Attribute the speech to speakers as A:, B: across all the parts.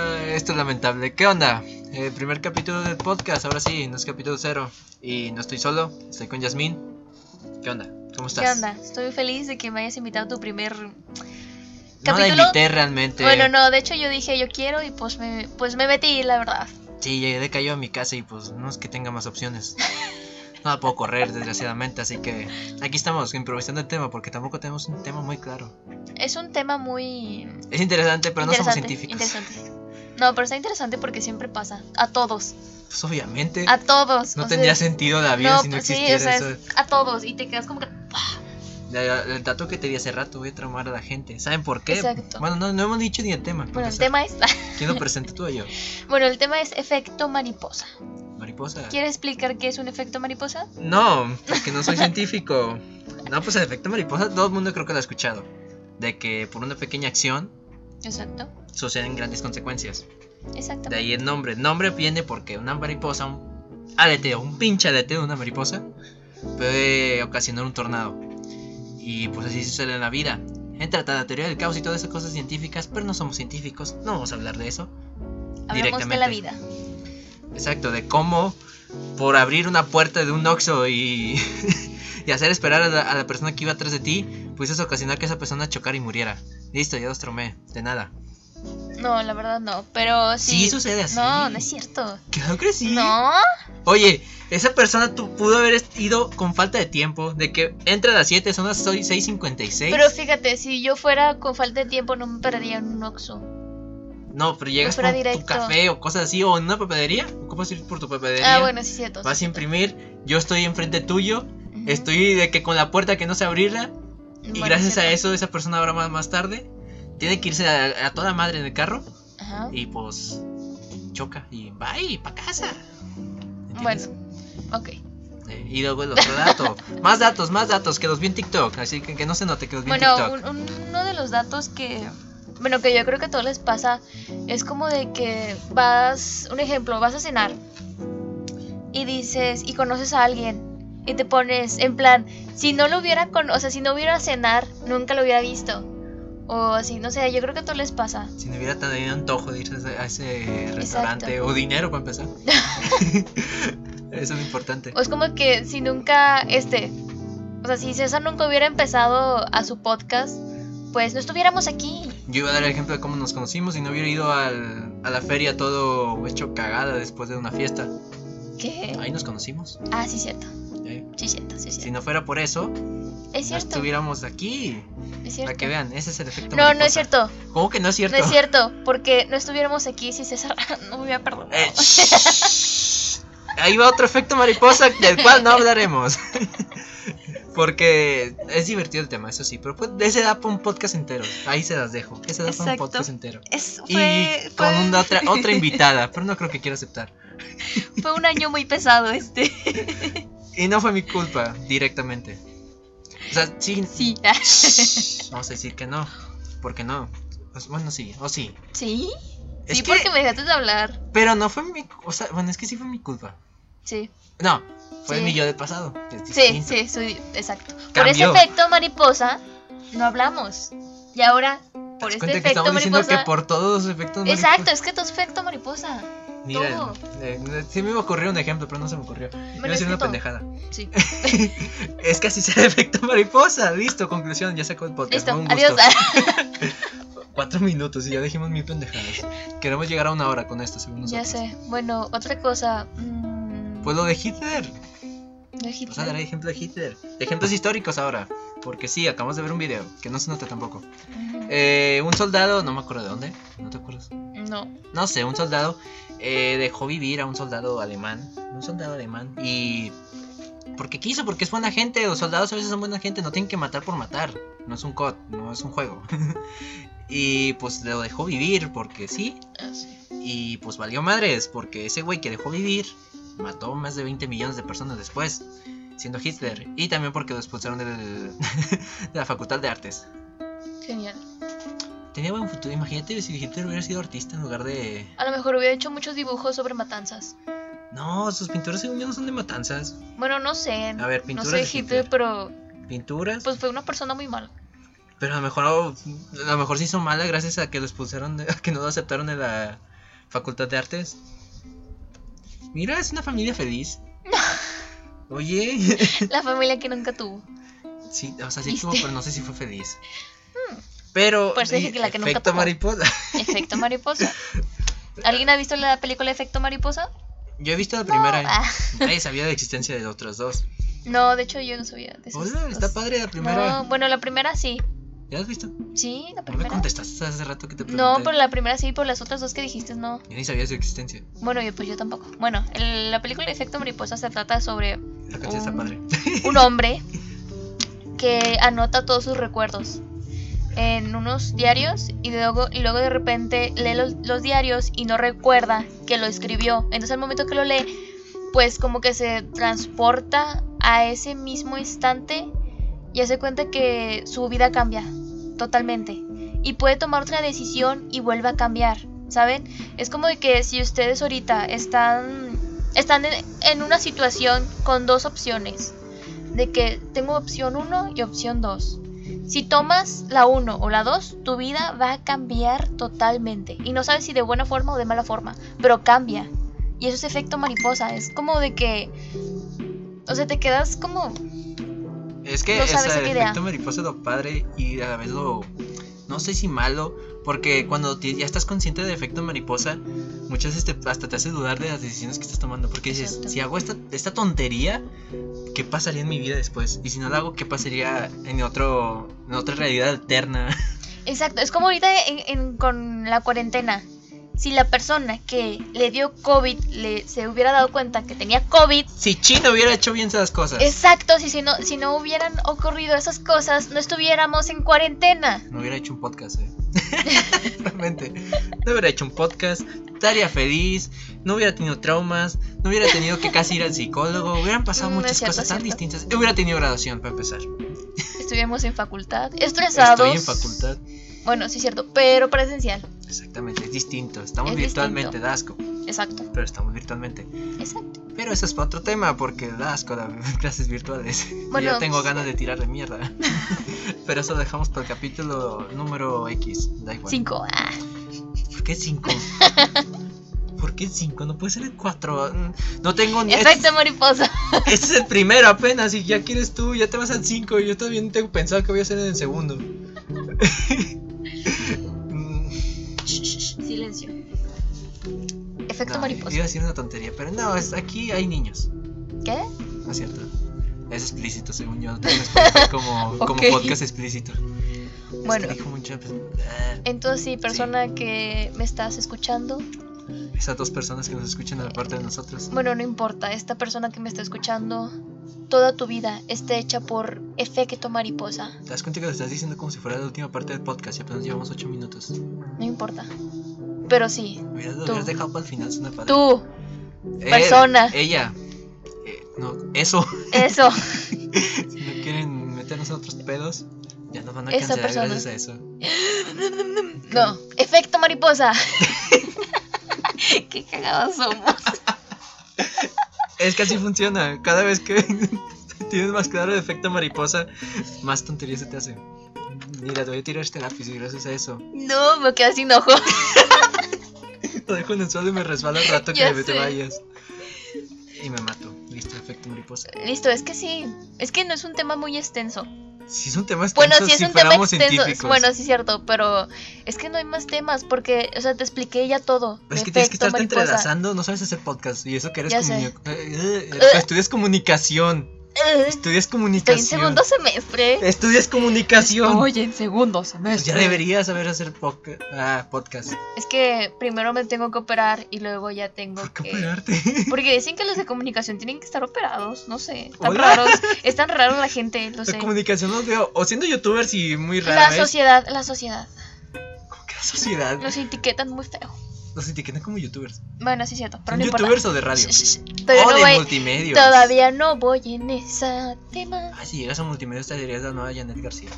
A: Ah, Esto es lamentable. ¿Qué onda? Eh, primer capítulo del podcast, ahora sí, no es capítulo cero. Y no estoy solo, estoy con Yasmín. ¿Qué onda? ¿Cómo estás?
B: ¿Qué onda? Estoy muy feliz de que me hayas invitado a tu primer
A: No la invité realmente.
B: Bueno, no, de hecho yo dije yo quiero y pues me, pues me metí, la verdad.
A: Sí, llegué de cayó a mi casa y pues no es que tenga más opciones. No la puedo correr, desgraciadamente, así que aquí estamos improvisando el tema porque tampoco tenemos un tema muy claro.
B: Es un tema muy
A: Es interesante, pero no somos
B: interesante,
A: científicos.
B: interesante. No, pero está interesante porque siempre pasa. A todos.
A: Pues obviamente
B: A todos.
A: no
B: o
A: tendría
B: sea,
A: sentido la vida
B: Ah, pues, no,
A: si no
B: pues sí,
A: existiera
B: o
A: eso.
B: sea, es a todos. Y te quedas como que.
A: Ya, ya, El dato que te di hace rato voy a traumar a la gente. ¿Saben por qué?
B: Exacto.
A: Bueno, no, no hemos dicho ni el tema. para
B: Bueno, el
A: empezar.
B: tema es.
A: ¿Quién lo presenta tú o yo?
B: Bueno, el tema es efecto mariposa.
A: Mariposa.
B: ¿Quieres explicar qué es un efecto mariposa?
A: No, porque no soy científico. No, pues el efecto mariposa todo el mundo creo que lo ha escuchado. De que por una pequeña acción
B: Exacto.
A: suceden grandes consecuencias. De
B: Exactamente.
A: ahí el nombre. El nombre viene porque una mariposa, un aleteo, un pinche aleteo de una mariposa puede ocasionar un tornado. Y pues así sucede en la vida. Entra la teoría del caos y todas esas cosas científicas, pero no somos científicos, no vamos a hablar de eso.
B: Hablamos de la vida.
A: Exacto, de cómo por abrir una puerta de un Oxxo y, y hacer esperar a la, a la persona que iba atrás de ti, pudiste ocasionar que esa persona chocara y muriera. Listo, ya los tromé, de nada.
B: No, la verdad no. Pero
A: Sí,
B: sí.
A: sucede así.
B: no, no es cierto.
A: Claro que sí.
B: No.
A: Oye, esa persona tú pudo haber ido con falta de tiempo, de que entra a las 7, son las 6.56.
B: Pero fíjate, si yo fuera con falta de tiempo, no me perdería en un oxo.
A: no, pero llegas
B: fuera
A: con tu
B: directo.
A: café o cosas así, o en una papelería, ocupas ir por tu papelería,
B: Ah, bueno, sí, es cierto.
A: vas a imprimir, yo estoy enfrente tuyo,
B: Ujú.
A: estoy de que con la puerta que no sé abrirla, Y
B: Bueno,
A: gracias a
B: cierto.
A: eso, esa persona habrá más, más tarde. Tiene que irse a, a toda madre en el carro.
B: Ajá.
A: Y pues. Choca. Y va y pa' casa.
B: Bueno,
A: ¿Entiendes?
B: ok.
A: Eh, y luego el otro dato. más datos, más datos. Que los vi en TikTok. Así que que no se note que los vi en
B: Bueno,
A: TikTok.
B: un- un- uno de los datos que. Bueno, que yo creo que a todos les pasa es como de que vas. Un ejemplo, vas a cenar y dices. Y conoces a alguien. Y te pones en plan, si no lo hubiera con, o sea, si no hubiera cenar, nunca lo hubiera visto. O así, no sé, yo creo que a todos les pasa.
A: Si no hubiera tenido antojo de ir a ese, a ese restaurante. O dinero para empezar. Eso es lo importante.
B: O es como que si nunca, este, o sea, si César nunca hubiera empezado a su podcast, pues no estuviéramos aquí.
A: Yo iba a dar el ejemplo de cómo nos conocimos y no hubiera ido al- a la feria todo hecho cagada después de una fiesta.
B: ¿Qué?
A: Ahí nos conocimos.
B: Ah, sí, cierto.
A: eh.
B: Sí, cierto, sí,
A: Si
B: cierto.
A: no fuera por eso,
B: Es
A: no
B: cierto.
A: estuviéramos aquí.
B: Es
A: Para que
B: cierto.
A: vean, ese es el efecto.
B: No, no es
A: mariposa.
B: cierto.
A: ¿Cómo que no es cierto?
B: No es cierto. Porque no estuviéramos aquí si César no me hubiera perdonado.
A: Eh, shh. Ahí va otro efecto mariposa del cual no hablaremos. Porque es divertido el tema, eso sí. Pero pues, de ese da para un podcast entero. Ahí se las dejo. Ese da para un
B: Exacto.
A: podcast entero.
B: Es-
A: Y
B: fue,
A: con
B: fue-
A: una otra, otra invitada, pero no creo que quiera aceptar.
B: fue un año muy pesado este.
A: Y no fue mi culpa directamente. O sea, sí.
B: Sí.
A: Vamos a decir que no. Porque no. Pues, bueno, sí, o sí.
B: ¿Sí?
A: Es
B: sí,
A: que-
B: porque me dejaste de hablar.
A: Pero no fue mi. O sea, bueno, es que sí fue mi culpa.
B: Sí.
A: No, fue
B: Sí.
A: mi yo del pasado. que es
B: Sí,
A: distinto.
B: sí, soy, exacto. Por ese
A: Cambió.
B: efecto mariposa no hablamos. Y ahora,
A: ¿Te
B: por
A: das
B: este
A: cuenta que estamos
B: efecto
A: diciendo que
B: mariposa.
A: por todos los efectos mariposa-
B: Exacto, es que tu efecto mariposa.
A: Mira,
B: todo.
A: eh, eh, sí me ocurrió un ejemplo, pero no se me ocurrió. Yo
B: Bueno,
A: iba a
B: es
A: decir
B: que
A: una
B: todo.
A: pendejada.
B: Sí.
A: Es que así se da efecto mariposa. Listo, conclusión, ya sacó el podcast.
B: Listo,
A: fue un gusto.
B: adiós.
A: Cuatro minutos y ya dejemos mil pendejadas. Queremos llegar a una hora con esto, según
B: ya
A: nosotros.
B: sé. Bueno, otra cosa. mm,
A: Pues lo de Hitler.
B: no es
A: Vamos a dar
B: Hitler.
A: ejemplo de Hitler. Ejemplos históricos ahora. Porque sí, acabamos de ver un video. Que no se nota tampoco.
B: Ujú.
A: Eh, un soldado, no me acuerdo de dónde. ¿No te acuerdas?
B: No.
A: no sé, un soldado eh, dejó vivir a un soldado alemán, un soldado alemán, y porque quiso, porque es buena gente, los soldados a veces son buena gente, no tienen que matar por matar, no es un COD, no es un juego. y pues lo dejó vivir porque sí,
B: Ah, sí.
A: y pues valió madres, porque ese güey que dejó vivir mató más de 20 millones de personas después, siendo Hitler, y también porque lo expulsaron del- de la Facultad de Artes.
B: Genial.
A: Tenía buen futuro, imagínate si Hitler hubiera sido artista en lugar de...
B: A lo mejor hubiera hecho muchos dibujos sobre matanzas.
A: No, sus pinturas según yo no son de matanzas.
B: Bueno, no sé.
A: A ver,
B: no
A: pinturas
B: soy
A: de Hitler.
B: Hitler, pero
A: Pinturas.
B: pues fue una persona muy mala.
A: pero a lo mejor a lo mejor se hizo mala gracias a que lo expulsaron, de- a que no lo aceptaron en la Facultad de Artes. Mira, es una familia feliz. Oye,
B: La familia que nunca tuvo.
A: sí, o sea, sí
B: ¿Viste? Hmm.
A: tuvo, pero no sé si fue feliz. Pero,
B: Por eso dije
A: eh,
B: que la que nunca
A: efecto
B: tuvo.
A: mariposa.
B: Efecto mariposa. ¿Alguien ha visto la película Efecto mariposa?
A: Yo he visto la
B: No.
A: primera.
B: Ah,
A: Nadie sabía de la existencia de los otros dos.
B: no, de hecho yo no sabía de esas
A: Hola, está
B: cosas.
A: padre la primera.
B: pues, No, bueno, la primera sí.
A: ¿Ya has visto?
B: Sí, la
A: No me
B: primera.
A: contestaste hace rato que te pregunté.
B: No, pero la primera sí, por las otras dos que dijiste no.
A: Yo ni sabía de su existencia.
B: Bueno, yo, pues yo tampoco. Bueno, el- la película Efecto Mariposa se trata sobre
A: La canción está
B: Mm.
A: padre.
B: un hombre que anota todos sus recuerdos en unos diarios y luego, y luego de repente lee los, los diarios y no recuerda que lo escribió. Entonces al momento que lo lee, pues como que se transporta a ese mismo instante y hace cuenta que su vida cambia totalmente. Y puede tomar otra decisión y vuelve a cambiar, ¿saben? Es como de que si ustedes ahorita están, están en- en una situación con dos opciones de que tengo opción 1 y opción 2. Si tomas la 1 o la 2, tu vida va a cambiar totalmente. Y no sabes si de buena forma o de mala forma, pero cambia. Y eso es efecto mariposa. Es como de que... O sea, te quedas como...
A: Es que
B: No
A: es
B: sabes
A: el
B: a qué idea.
A: efecto mariposa lo padre y a la vez lo. No sé si malo, porque cuando te- ya estás consciente del efecto mariposa, muchas veces te- hasta te hace dudar de las decisiones que estás tomando. Porque dices,
B: Exacto.
A: si hago esta, esta tontería, ¿qué pasaría en mi vida después? Y si no la hago, ¿qué pasaría en, otro, en otra realidad alterna?
B: Exacto, es como ahorita en- en- con la cuarentena. Si la persona que le dio COVID le, se hubiera dado cuenta que tenía COVID,
A: si China hubiera hecho bien esas cosas,
B: exacto, si, si, no, si no hubieran ocurrido esas cosas, no estuviéramos en cuarentena.
A: no hubiera hecho un podcast, eh. Realmente, no hubiera hecho un podcast, estaría feliz, no hubiera tenido traumas, no hubiera tenido que casi ir al psicólogo, hubieran pasado
B: Mm, es
A: muchas
B: cierto,
A: cosas
B: es
A: tan
B: cierto.
A: distintas. Yo hubiera tenido graduación para empezar.
B: Estuvimos en facultad, estresados.
A: Estoy en facultad,
B: Bueno, sí, cierto, pero presencial.
A: exactamente, es distinto, estamos
B: Es
A: virtualmente,
B: distinto.
A: da asco,
B: Exacto,
A: pero estamos virtualmente.
B: exacto.
A: Pero eso es para otro tema, porque da asco las clases virtuales. Y
B: Bueno,
A: ya tengo
B: pues-
A: ganas de tirarle mierda. pero eso lo dejamos para el capítulo número X, da igual.
B: Cinco. ah.
A: ¿Por qué 5? ¿Por qué 5? No puede ser el 4. No tengo ni. Este,
B: Efecto mariposa.
A: este es el primero apenas. Y ya quieres tú, ya te vas al 5. Y yo todavía no tengo pensado que voy a hacer en el segundo. Mm,
B: Silencio. Efecto
A: no,
B: mariposa.
A: Iba a decir una tontería, pero no, es, aquí hay niños.
B: ¿Qué?
A: ¿No es cierto? Es explícito, según yo. tengo Spotify como, como
B: Ok.
A: podcast explícito. Es que
B: Bueno.
A: dijo mucho, pues, ah,
B: Entonces, sí, persona que me estás escuchando,
A: esas dos personas que nos escuchan aparte de nosotros.
B: bueno, no importa, esta persona que me está escuchando, toda tu vida está hecha por efecto mariposa.
A: ¿Te das cuenta que lo estás diciendo como si fuera la última parte del podcast? Y apenas llevamos 8 minutos.
B: No importa. Pero sí,
A: Hubieras, lo
B: Tú.
A: hubieras dejado para el final, suena padre.
B: tú,
A: Eh,
B: persona.
A: Ella. Eh, no, eso.
B: eso.
A: Si no quieren meternos en otros pedos, ya nos van a
B: Esa
A: cancelar
B: persona.
A: gracias a eso.
B: No, efecto mariposa. Qué cagados somos.
A: Es que así funciona. Cada vez que tienes más claro el efecto mariposa, más tontería se te hace. Mira, te voy a tirar este lápiz y gracias a eso.
B: No, me quedo sin ojo.
A: Lo dejo en el suelo y me resbala el rato que
B: Ya
A: me te
B: sé.
A: vayas. Y me mato. Listo, efecto mariposa.
B: Listo, es que sí. Es que no es un tema muy extenso.
A: Si es un tema extenso,
B: Bueno, sí es
A: si
B: un tema
A: fuéramos
B: extenso.
A: científicos.
B: Bueno, sí es cierto, pero es que no hay más temas porque, o sea, te expliqué ya todo.
A: Es que tienes que
B: Efecto
A: estarte
B: mariposa.
A: entrelazando, no sabes hacer podcast. Y eso que eres
B: Ya sé.
A: comunic- eh, eh, eh, Estudias comunicación.
B: Eh,
A: Estudias
B: Estoy en
A: comunicación.
B: segundo semestre.
A: Estudias comunicación.
B: Oye, en segundo
A: Pues
B: semestre.
A: ya deberías saber hacer podca- ah, podcast.
B: Es que primero me tengo que operar y luego ya tengo
A: ¿Por qué
B: que.
A: operarte?
B: Porque dicen que los de comunicación tienen que estar operados, no sé, están
A: Hola.
B: raros, es tan raro la gente, lo
A: La
B: sé.
A: comunicación los veo o siendo youtubers y muy rara ¿eh?
B: La
A: vez.
B: sociedad, la sociedad,
A: Como que la sociedad
B: nos etiquetan muy feo.
A: los etiquetan como youtubers.
B: Bueno, sí es cierto, pero
A: ¿Son
B: no importa.
A: youtubers o de radio?
B: Sh- sh- sh. Todavía,
A: o
B: no
A: de
B: voy,
A: multimedia.
B: todavía no voy en esa tema.
A: Ah, si llegas a multimedia estarías la nueva Janet García.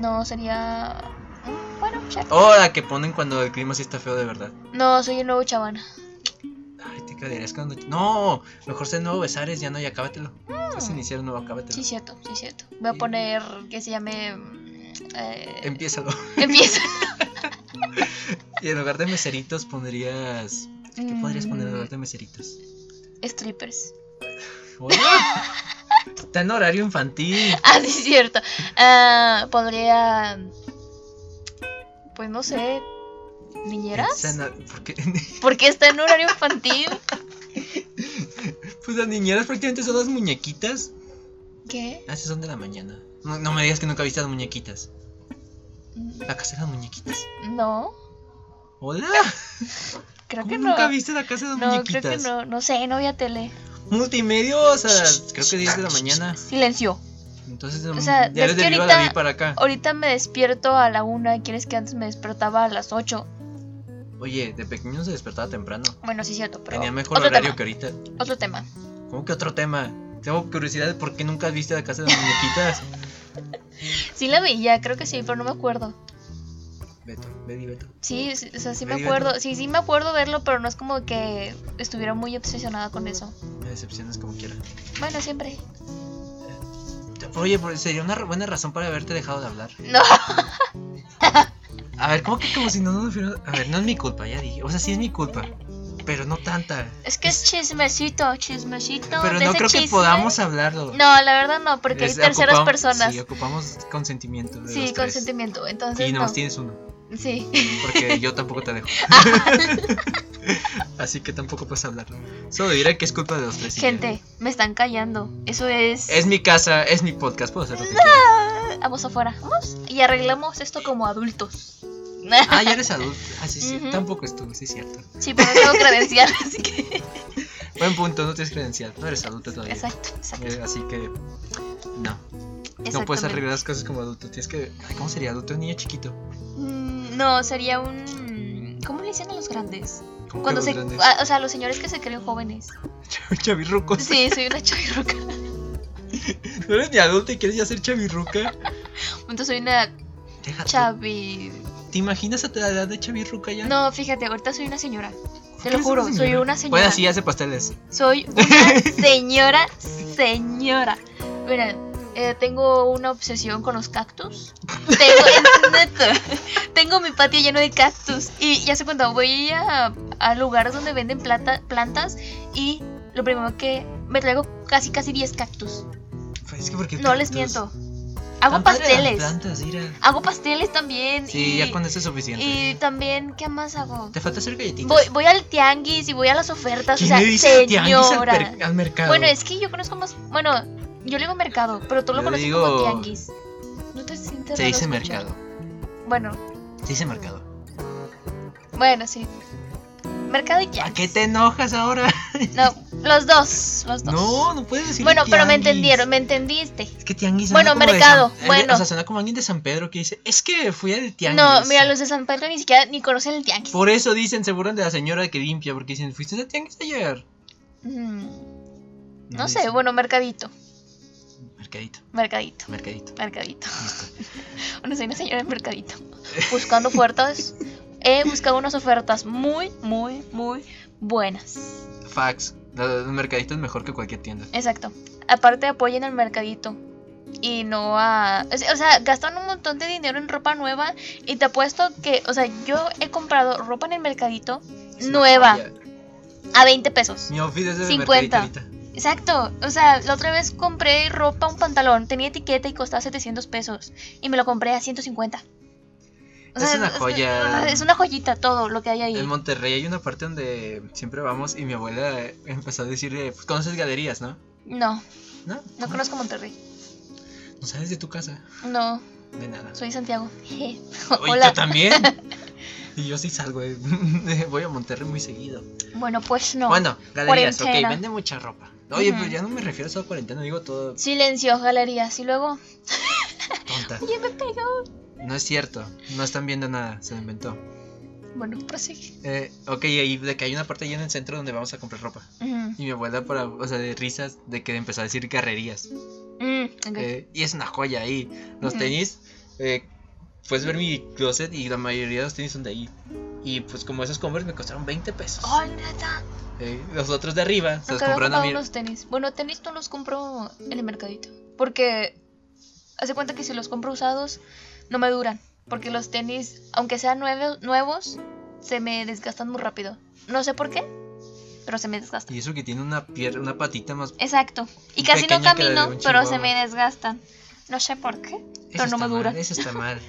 B: No, sería... mm, Bueno, ya.
A: O la que ponen cuando el clima sí está feo de verdad.
B: No, soy un nuevo chavana.
A: Ay, te quedarías cuando. No, mejor ser nuevo Besares, ya no, y acábatelo. Estás iniciando nuevo, acábatelo.
B: Mm. Sí es cierto, sí es cierto. Voy a poner que se llame... mm, Eh,
A: Empiézalo.
B: empieza.
A: Y en lugar de meseritos pondrías ¿Qué podrías poner en lugar
B: Mm,
A: de meseritas?
B: Strippers. Mm.
A: Oye, está en horario infantil.
B: Ah, sí, es cierto. Ah, podría. Pues no sé.
A: Está
B: ¿Niñeras?
A: en- ¿Por qué?
B: Porque está en horario infantil.
A: Pues las niñeras prácticamente son las muñequitas.
B: ¿Qué?
A: Ah, esas son de la mañana. No, no me digas que nunca viste las muñequitas.
B: Mm,
A: La casa de las muñequitas.
B: No,
A: Hola.
B: creo
A: ¿Cómo
B: que no.
A: nunca viste la casa de las
B: no, creo
A: muñequitas?
B: que no. No sé, no había tele.
A: Multimediosas. Creo que 10 de la mañana.
B: Silencio.
A: Entonces,
B: O sea,
A: ya
B: ves
A: desde
B: que
A: Viva
B: ahorita-
A: la vi para acá.
B: Ahorita me despierto a la una. ¿Quieres que antes me despertaba a las 8?
A: Oye, de pequeño se despertaba temprano.
B: Bueno, sí, es cierto, pero.
A: Tenía mejor
B: otro
A: horario
B: tema,
A: que ahorita.
B: Otro tema.
A: ¿Cómo que otro tema? Tengo curiosidad de por qué nunca viste la casa de las muñequitas.
B: Sí, la veía, creo que sí, pero no me acuerdo.
A: Beto, Betty, Beto.
B: Sí, sí, o sea, sí me
A: Verga,
B: acuerdo. Sí, sí me acuerdo verlo, pero no es como que estuviera muy obsesionada con eso.
A: Me decepcionas como quiera.
B: Bueno, siempre.
A: Oye, pero sería una buena razón para haberte dejado de hablar.
B: No,
A: A ver, ¿cómo que como si no nos hubiera- A ver, no es mi culpa, ya dije. O sea, sí es mi culpa. Pero no tanta.
B: es que es chismecito, chismecito.
A: pero
B: de
A: no
B: ese
A: creo que
B: chisme.
A: podamos hablarlo.
B: No, la verdad no, porque hay
A: Es-
B: terceras
A: ocupam-
B: personas.
A: Sí,
B: Sí,
A: ocupamos consentimiento. De los tres.
B: consentimiento. Entonces,
A: Y
B: no.
A: nomás tienes uno.
B: Sí.
A: Porque yo tampoco te dejo. Así que tampoco puedes hablarlo. Solo diré que es culpa de los tres. y ya.
B: Gente, me están callando. Eso es.
A: Es mi casa, es mi podcast, puedo hacer lo que quiera.
B: Ah, Vamos afuera, vamos. Y arreglamos esto como adultos.
A: Ah, ya eres adulto. Ah, sí, sí.
B: Ujú.
A: Tampoco es tú, sí, es cierto.
B: Sí, pero no tengo credencial, así que.
A: Buen punto, no tienes credencial. No eres adulto todavía.
B: Exacto, exacto.
A: Eh, Así que. No, no puedes
B: exactamente.
A: arreglar las cosas como adulto. Tienes que. ay, ¿Cómo sería adulto? Es niño chiquito.
B: Mm, No, sería un. ¿Cómo le dicen a los grandes?
A: Como
B: Cuando
A: que
B: se.
A: los grandes-
B: ah, o sea, los señores que se creen jóvenes.
A: Chavirrucos.
B: Sí, soy una chavirruca.
A: No eres ni adulto y quieres ya ser chavirruca.
B: Entonces soy una
A: Deja tú.
B: chavi.
A: ¿Te imaginas a la edad de chavirruca ya?
B: No, fíjate, ahorita soy una señora. Te lo
A: Eres
B: juro,
A: una
B: soy
A: señora.
B: una señora.
A: Bueno, sí, hace pasteles.
B: Soy una señora, señora. Mira, eh, tengo una obsesión con los cactus. Tengo, es neta. tengo mi patio lleno de cactus. Y ya se cuenta, voy a, a lugares donde venden plata, plantas y lo primero que me traigo casi, casi 10 cactus.
A: Pues Es que porque
B: No les
A: tantos-
B: miento.
A: Tan
B: Hago
A: padre las
B: pasteles.
A: plantas, mira.
B: Hago pasteles también.
A: Sí,
B: y,
A: ya con eso es suficiente.
B: y también, ¿qué más hago?
A: Te falta hacer galletitas.
B: Voy, voy al tianguis y voy a las ofertas. O
A: ¿Quién
B: sea,
A: le dice tianguis al,
B: señora.
A: per- al mercado?
B: Bueno, es que yo conozco más. Bueno, yo le digo mercado, pero tú lo
A: Yo
B: conoces
A: digo-
B: como tianguis. No te sientes
A: Se
B: raro
A: dice
B: escuchar?
A: mercado.
B: Bueno,
A: Se dice mercado.
B: bueno, sí. Mercado y
A: ¿A qué
B: tianguis.
A: te enojas ahora?
B: No, los dos, los dos.
A: No, no puedes decir
B: bueno, pero me
A: tianguis.
B: entendieron, me entendiste.
A: Es que tianguis
B: Bueno,
A: suena como de
B: mercado,
A: San-
B: bueno.
A: O sea, suena como alguien de San Pedro que dice, es que fui al tianguis.
B: No, mira, los de San Pedro ni siquiera ni conocen el tianguis.
A: Por eso dicen, se burlan de la señora que limpia, porque dicen, ¿fuiste al tianguis ayer?
B: Mm, no
A: No
B: sé,
A: dicen.
B: bueno, mercadito,
A: Mercadito,
B: mercadito,
A: mercadito.
B: mercadito.
A: Listo.
B: Bueno, soy una señora en mercadito. Buscando ofertas. He buscado unas ofertas muy, muy, muy buenas.
A: Fax. El mercadito es mejor que cualquier tienda.
B: Exacto. Aparte apoyen al mercadito. Y no a... O sea, o sea, gastan un montón de dinero en ropa nueva. Y te apuesto que... O sea, yo he comprado ropa en el mercadito
A: Es una
B: nueva
A: joya.
B: a 20 pesos.
A: Mi outfit es de
B: 50.
A: mercadito ahorita.
B: Exacto. O sea, la otra vez compré ropa, un pantalón. Tenía etiqueta y costaba 700 pesos. Y me lo compré a 150. O
A: Es una joya.
B: Es una joyita todo lo que hay ahí.
A: En Monterrey hay una parte donde siempre vamos y mi abuela eh, empezó a decirle, pues conoces galerías, ¿no?
B: No,
A: No,
B: no conozco Monterrey.
A: No sabes de tu casa,
B: No,
A: de nada.
B: soy Santiago.
A: Oye,
B: Hola.
A: yo también. Y yo sí salgo, de- de- voy a Monterrey muy seguido.
B: Bueno, pues no.
A: Bueno, galerías,
B: Cuarentena.
A: ok, vende mucha ropa. Oye,
B: Ujú.
A: pero ya no me refiero solo a cuarentena, digo todo
B: Silencio, galerías. Y luego.
A: tonta.
B: Ya me pegó.
A: No es cierto, no están viendo nada, se lo inventó.
B: Bueno, prosigue.
A: Eh, ok, y de que hay una parte allá en el centro donde vamos a comprar ropa.
B: Ujú.
A: Y mi abuela, para, o sea, de risas, de que empezó a decir carrerías.
B: Mm, ok.
A: Eh, y es una joya ahí. Los
B: Ujú.
A: tenis, eh, puedes ver mi closet y la mayoría de los tenis son de ahí. Y pues como esos Converse me costaron 20 pesos.
B: Oh, neta.
A: Eh, los otros de arriba se los
B: Nunca había
A: compraron a
B: comprado
A: mí.
B: unos tenis. Bueno, tenis no los compro en el mercadito. Porque. Hace cuenta que si los compro usados, no me duran. Porque los tenis, aunque sean nueve- nuevos, se me desgastan muy rápido. No sé por qué, pero se me desgastan.
A: Y eso que tiene una pierna, una patita más.
B: Exacto. Y
A: Y
B: casi no
A: pequeña que la de
B: camino,
A: un
B: pero se
A: chihuahua.
B: me desgastan. No sé por qué,
A: Eso
B: pero
A: está
B: no me
A: mal,
B: duran.
A: Eso está mal.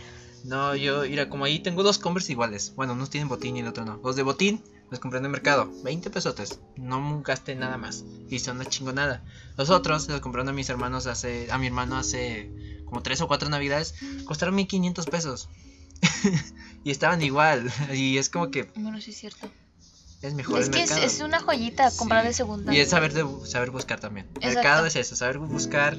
A: No, yo, mira, como ahí tengo dos Converse iguales. Bueno, unos tienen botín y el otro no. Los de botín los compré en el mercado. 20 pesotes. No gasté nada más. Y son una chingonada. Los otros los compraron a mis hermanos hace. A mi hermano hace como 3 o 4 navidades. Costaron 1500 pesos. y estaban igual. Y es como que
B: Bueno, sí es cierto.
A: es mejor
B: es
A: el
B: que es,
A: mercado.
B: es una joyita comprar de
A: Sí.
B: segunda.
A: Y es saber, de- saber buscar también.
B: Exacto.
A: Mercado es eso, saber buscar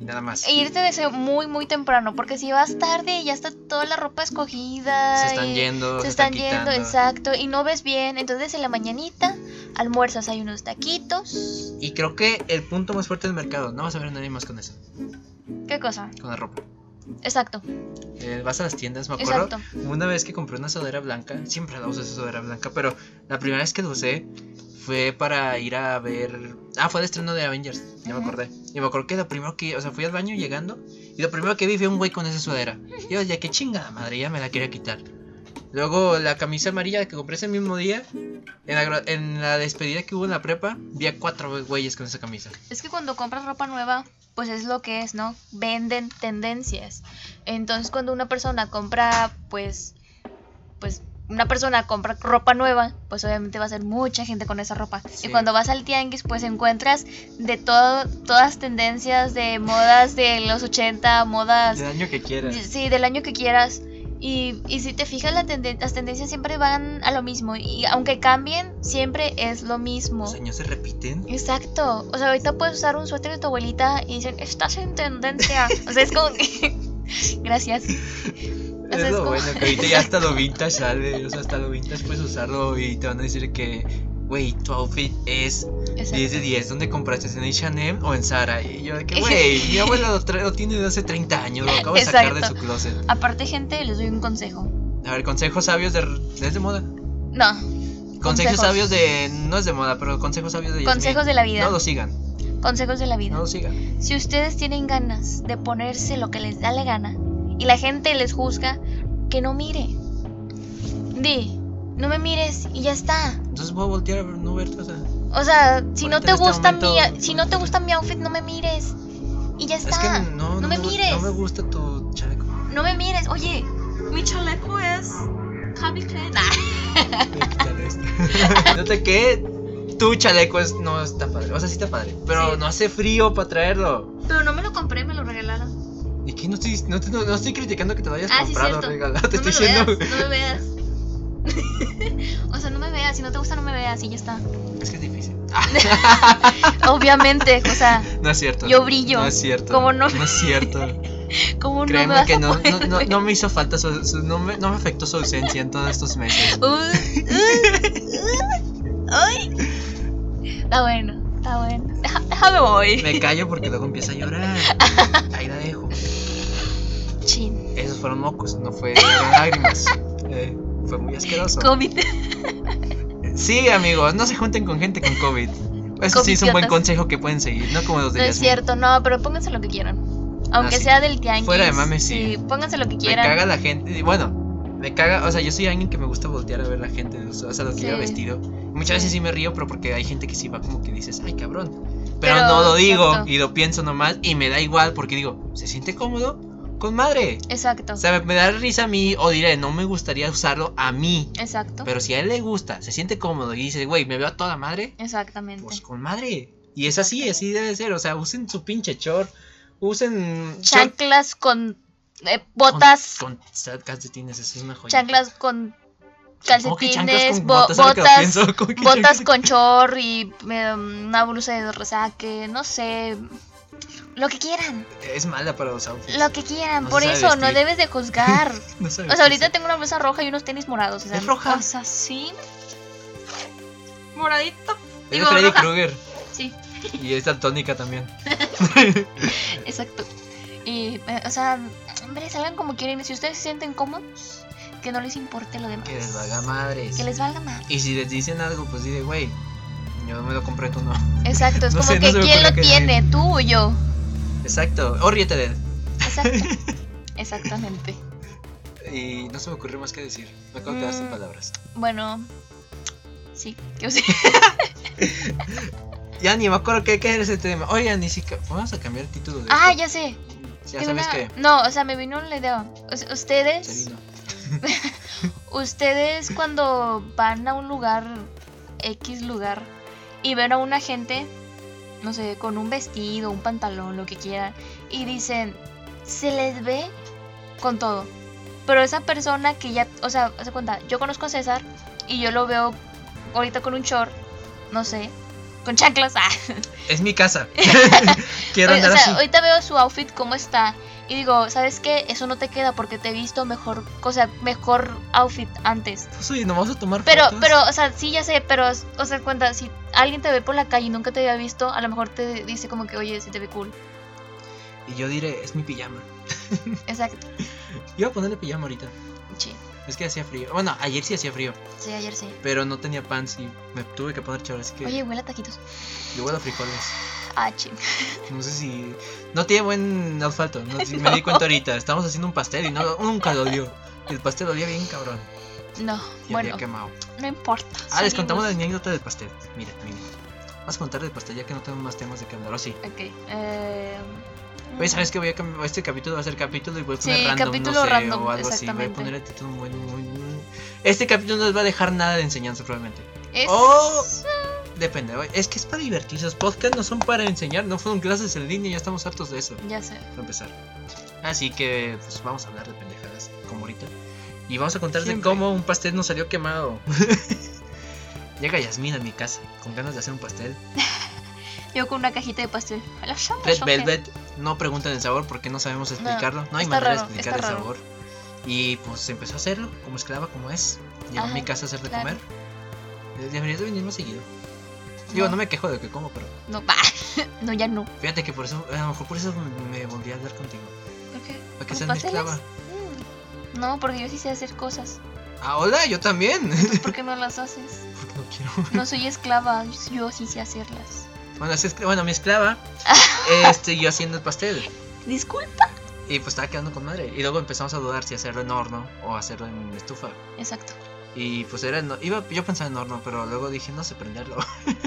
A: y nada más.
B: E irte desde muy, muy temprano, porque si vas tarde y ya está toda la ropa escogida.
A: se están
B: y
A: yendo,
B: Se están yendo,
A: quitando.
B: exacto, y no ves bien. Entonces en la mañanita almuerzas, hay unos taquitos.
A: Y creo que el punto más fuerte del mercado, no vas a ver a nadie más con eso,
B: ¿Qué cosa?
A: con la ropa.
B: Exacto,
A: Eh, vas a las tiendas, me acuerdo.
B: exacto.
A: Una vez que compré una sudadera blanca, siempre la uso esa sudadera blanca, pero la primera vez que la usé fue para ir a ver. Ah, fue el estreno de Avengers, ya me
B: Ujú.
A: acordé. Y me acuerdo que lo primero que. O sea, fui al baño llegando y lo primero que vi fue un güey con esa sudadera. Y yo, ya que chingada madre, ya me la quería quitar. Luego la camisa amarilla que compré ese mismo día, en la, gra- en la despedida que hubo en la prepa, vi a cuatro güeyes con esa camisa.
B: Es que cuando compras ropa nueva, pues es lo que es, ¿no? Venden tendencias. Entonces cuando una persona compra, pues, pues una persona compra ropa nueva, pues obviamente va a ser mucha gente con esa ropa.
A: Sí.
B: Y cuando vas al tianguis, pues encuentras de todo, todas tendencias de modas de los 80, modas
A: El año que quieras.
B: Sí, del año que quieras. Y, y si te fijas, la tenden- las tendencias siempre van a lo mismo. Y aunque cambien, siempre es lo mismo.
A: Los años se repiten.
B: Exacto. O sea, ahorita puedes usar un suéter de tu abuelita y dicen, estás en tendencia. O sea, es como que... Gracias.
A: Es,
B: es
A: lo
B: como-
A: bueno, que ahorita ya hasta lo vintage sale. O sea, hasta lo vintage puedes usarlo y te van a decir que, güey, tu outfit es 10 de 10. ¿Dónde compraste? ¿En HM o en Zara? Y yo, de que, güey, mi abuela lo, tra- lo tiene desde hace 30 años, lo acabo de sacar de su
B: Exacto.
A: closet.
B: Aparte, gente, les doy un consejo.
A: A ver, consejos sabios de. ¿Es de moda?
B: No,
A: Consejos,
B: Consejos.
A: sabios de. No es de moda, pero consejos sabios de. Yasmín.
B: consejos de la vida.
A: No lo sigan,
B: Consejos de la vida.
A: no lo sigan.
B: Si ustedes tienen ganas de ponerse lo que les da la gana y la gente les juzga, que no mire. Di, no me mires y ya está.
A: Entonces voy a voltear a ver, no ver, o sea.
B: O sea, si no
A: Ahorita en
B: te
A: este
B: gusta mi
A: momento-
B: si no te gusta mi outfit, no me mires. Y ya
A: Es que
B: está.
A: no,
B: me
A: gu-
B: mires.
A: No me gusta tu chaleco.
B: No me mires. Oye, mi chaleco es Calvin Klein.
A: Voy a quitar esto. Nota que tu chaleco es- no está padre. O sea, sí está padre. Pero
B: Sí.
A: no hace frío para traerlo.
B: Pero no me lo compré, me lo regalaron.
A: Y que no estoy, no, te- no- no estoy criticando que te lo hayas
B: Ah, sí,
A: comprado,
B: cierto.
A: regalado. Te
B: no me
A: estoy
B: lo
A: diciendo.
B: veas, no me veas. o sea, no me veas, si no te gusta no me veas y ya está.
A: Es que es difícil. Ah,
B: Obviamente, o sea,
A: No es cierto.
B: Yo brillo.
A: No es cierto.
B: ¿Cómo no?
A: No es cierto.
B: como no me
A: Créeme
B: vas
A: que
B: a
A: no, no,
B: poder
A: no-
B: ver?
A: no me hizo falta. su- su- no, me, no me afectó su ausencia en todos estos meses.
B: Uh, uh, uh, ay. Está bueno, está bueno. Deja- Déjame voy.
A: Me callo porque luego empieza a llorar. Ahí la dejo.
B: Chin.
A: Esos fueron mocos, no fue fueron lágrimas. Eh, fue muy asqueroso.
B: COVID.
A: Sí, amigos, no se junten con gente con COVID. Eso sí es un buen
B: Covidiotas.
A: consejo que pueden seguir, no como los de
B: No es
A: Yasmín.
B: cierto, no, pero pónganse lo que quieran. Aunque
A: Ah, sí.
B: sea del tianguis.
A: Fuera de mame, sí.
B: pónganse lo que
A: Me
B: quieran.
A: caga la gente. y Bueno, me caga. O sea, yo soy alguien que me gusta voltear a ver la gente. O sea, lo que
B: Sí.
A: lleva vestido. Muchas veces sí me río, pero porque hay gente que sí va como que dices, ay cabrón. Pero,
B: Pero,
A: no lo digo
B: exacto.
A: y lo pienso nomás y me da igual porque digo, ¿se siente cómodo? Con madre.
B: Exacto,
A: O sea, me da risa a mí o diré, no me gustaría usarlo a mí.
B: exacto.
A: Pero si a él le gusta, se siente cómodo y dice, güey, me veo a toda madre.
B: Exactamente.
A: Pues con madre. Y es así, así debe ser. O sea, usen su pinche short. Usen. short
B: Chanclas con eh,
A: con-
B: botas.
A: Con, calcetines, eso es una joya.
B: chanclas con
A: ¿Cómo que
B: calcetines.
A: chanclas con
B: bo-
A: botas? Ahora que lo
B: botas,
A: pienso, ¿cómo que
B: botas
A: chanclas?
B: con chor y eh, una blusa de resaque. No sé. Lo que quieran.
A: Es mala para los outfits.
B: Lo que quieran.
A: No se
B: Por
A: sabe
B: eso no
A: vestir.
B: debes de juzgar.
A: No sabes
B: O sea, ahorita
A: eso.
B: tengo una blusa roja y unos tenis morados. O sea,
A: ¿Es roja?
B: cosas así. Moradito.
A: Es de
B: digo,
A: Freddy
B: roja.
A: Krueger.
B: Sí,
A: Y es daltónica también.
B: exacto. Y, eh, o sea, hombre, salgan como quieren. Si ustedes se sienten cómodos, que no les importe lo demás.
A: Que les valga madres.
B: Que les valga mal.
A: Y si les dicen algo, pues dile, güey, yo me lo compré, tú no.
B: Exacto, es
A: No
B: como
A: sé, no
B: que
A: se me
B: quién lo
A: ocurrió que decir.
B: tiene, tú o yo.
A: Exacto. O Oh, ríete de él.
B: Exacto. Exactamente.
A: y no se me ocurrió más que decir. Me acabo de quedar sin
B: Mm.
A: palabras.
B: Bueno, sí, que sí.
A: Ya ni me acuerdo qué, qué era ese tema. Oigan, ni siquiera. Vamos a cambiar el título de.
B: Ah,
A: esto.
B: ya sé.
A: ya
B: tengo
A: sabes
B: una-
A: que.
B: No, o sea, me vino la idea. U- Ustedes.
A: Se vino.
B: Ustedes cuando van a un lugar, X lugar, y ven a una gente, no sé, con un vestido, un pantalón, lo que quieran, y dicen, se les ve con todo. Pero esa persona que ya, o sea, hace cuenta, yo conozco a César y yo lo veo ahorita con un short, no sé, con chanclas. ah.
A: Es mi casa. Quiero
B: Oye, o
A: andar
B: sea,
A: así.
B: ahorita veo su outfit cómo está y digo, ¿sabes qué? Eso no te queda porque te he visto mejor, o sea, mejor outfit antes.
A: Pues, oye, nos vamos a tomar
B: Pero,
A: fotos.
B: pero, o sea, sí, ya sé, pero, o sea, cuenta, si alguien te ve por la calle y nunca te había visto, a lo mejor te dice como que, oye, si te ve cool.
A: Y yo diré, es mi pijama.
B: Exacto.
A: Iba a ponerle pijama ahorita.
B: Sí,
A: Es que hacía frío. Bueno, ayer sí hacía frío.
B: sí, ayer sí.
A: Pero no tenía pants y me tuve que poner chorro. Así que.
B: Oye, huele a taquitos.
A: Le huelo a frijoles.
B: Ah, ching.
A: No sé si. No tiene buen asfalto. No, sé si Me
B: No.
A: di cuenta ahorita. Estamos haciendo un pastel y no, nunca lo dio. El pastel olía bien cabrón.
B: No,
A: Y
B: bueno, pues.
A: había quemado.
B: no importa.
A: Ah, les
B: seguimos.
A: contamos la anécdota del pastel. Miren, miren. Vamos a contar del pastel ya que no tenemos más temas de que hablar. O sí.
B: Ok, eh...
A: Oye, ¿sabes qué? Voy a cambiar. Este capítulo va a ser capítulo y voy a
B: Sí,
A: poner random.
B: capítulo
A: no sé,
B: random,
A: o algo así. Voy a
B: exactamente.
A: poner el título muy, muy, muy. Este capítulo no les va a dejar nada de enseñanza, probablemente.
B: Es...
A: Oh. Depende, oye, es que es para divertirse. Los podcasts no son para enseñar, no fueron clases en línea, ya estamos hartos de eso.
B: Ya sé.
A: para empezar. Así que pues vamos a hablar de pendejadas como ahorita. Y vamos a contarte
B: Siempre.
A: cómo un pastel nos salió quemado. Llega Yasmina a mi casa con ganas de hacer un pastel.
B: Yo con una cajita de pastel. A la chamba,
A: Red
B: chamba.
A: Velvet, no preguntan el sabor porque no sabemos explicarlo. No, hay
B: está
A: manera
B: raro,
A: de explicar el
B: está raro.
A: sabor. Y pues empezó a hacerlo como esclava, como es. Llegó a
B: Ajá,
A: mi casa a hacer de
B: claro.
A: comer. Eh, Deberías de venir más seguido. Digo,
B: No.
A: no me quejo de lo que como, pero
B: No, pa. No, ya no.
A: fíjate que por eso, a lo mejor por eso me volví a hablar contigo.
B: ¿Por qué?
A: Para que
B: ¿Los
A: seas mi
B: pasteles?
A: esclava.
B: Mm. No, porque yo sí sé hacer cosas.
A: Ah, hola, yo también.
B: ¿Por qué no las haces?
A: Porque no quiero.
B: No soy esclava, yo sí sé hacerlas.
A: Bueno, es escl- bueno, mi esclava este, yo haciendo el pastel.
B: Disculpa.
A: Y pues estaba quedando con madre. Y luego empezamos a dudar si hacerlo en horno o hacerlo en estufa.
B: Exacto.
A: Y pues era en ho- iba, yo pensaba en horno, pero luego dije, no sé prenderlo.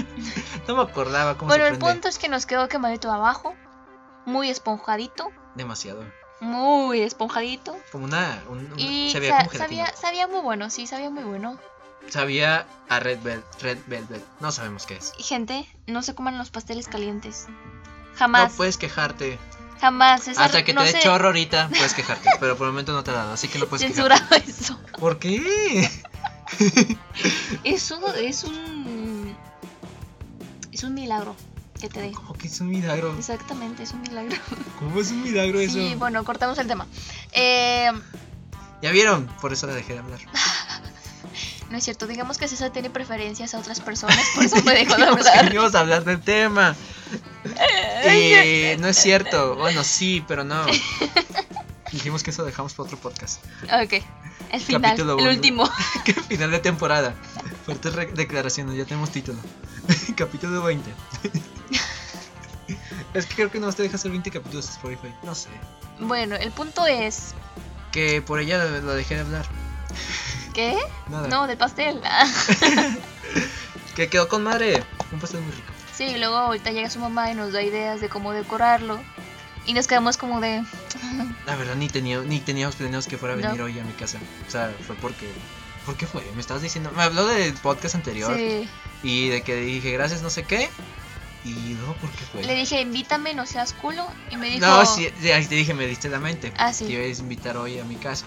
A: no me acordaba cómo
B: Bueno,
A: se
B: el
A: prende.
B: punto es que nos quedó quemadito abajo, muy esponjadito,
A: Demasiado.
B: muy esponjadito.
A: Como una. un- un-
B: Y
A: sabía
B: sa-
A: como gelatina.
B: sabía, sabía muy bueno, sí, sabía muy bueno.
A: Sabía a red, Vel- red velvet. No sabemos qué es.
B: Y, Gente, no se coman los pasteles calientes.
A: No
B: Jamás,
A: puedes quejarte.
B: jamás. César,
A: Hasta que
B: no
A: te dé
B: se
A: chorro ahorita, puedes quejarte. pero por el momento no te ha dado, así que no puedes
B: censura
A: quejarte.
B: eso.
A: ¿Por qué?
B: Eso es un... Es un milagro que te dé.
A: Como que es un milagro.
B: Exactamente, es un milagro.
A: ¿Cómo es un milagro eso?
B: Sí, bueno, cortamos el tema. Eh,
A: Ya vieron, por eso la dejé de hablar.
B: no es cierto, digamos que César tiene preferencias a otras personas, por eso me dejó de
A: Dijimos que no
B: hablar.
A: íbamos a hablar del tema. Eh, no es cierto. Bueno, sí, pero no. Dijimos que eso dejamos para otro podcast.
B: Ok, el final,
A: Capítulo
B: el
A: uno.
B: último.
A: Que Final de temporada. Fuertes re- declaraciones, ya tenemos título. Capítulo 20. es que creo que no te deja hacer 20 capítulos de Spotify. No sé.
B: Bueno, el punto es
A: Que por ella la dejé de hablar.
B: ¿Qué?
A: Nada.
B: No, del pastel. Ah,
A: Que quedó con madre. Un pastel muy rico.
B: Sí, luego ahorita llega su mamá y nos da ideas de cómo decorarlo. Y nos quedamos como de...
A: La verdad ni tenía, ni teníamos planeados que fuera a venir
B: No.
A: hoy a mi casa. O sea, fue porque. ¿Por qué fue? Me estabas diciendo. Me habló del podcast anterior
B: Sí.
A: y de que dije gracias no sé qué. Y luego ¿por qué fue?
B: Le dije, invítame, no seas culo. Y me dijo...
A: pues. No, sí, sí, ahí te dije, me diste la mente.
B: Ah, sí.
A: Te iba a invitar hoy a mi casa.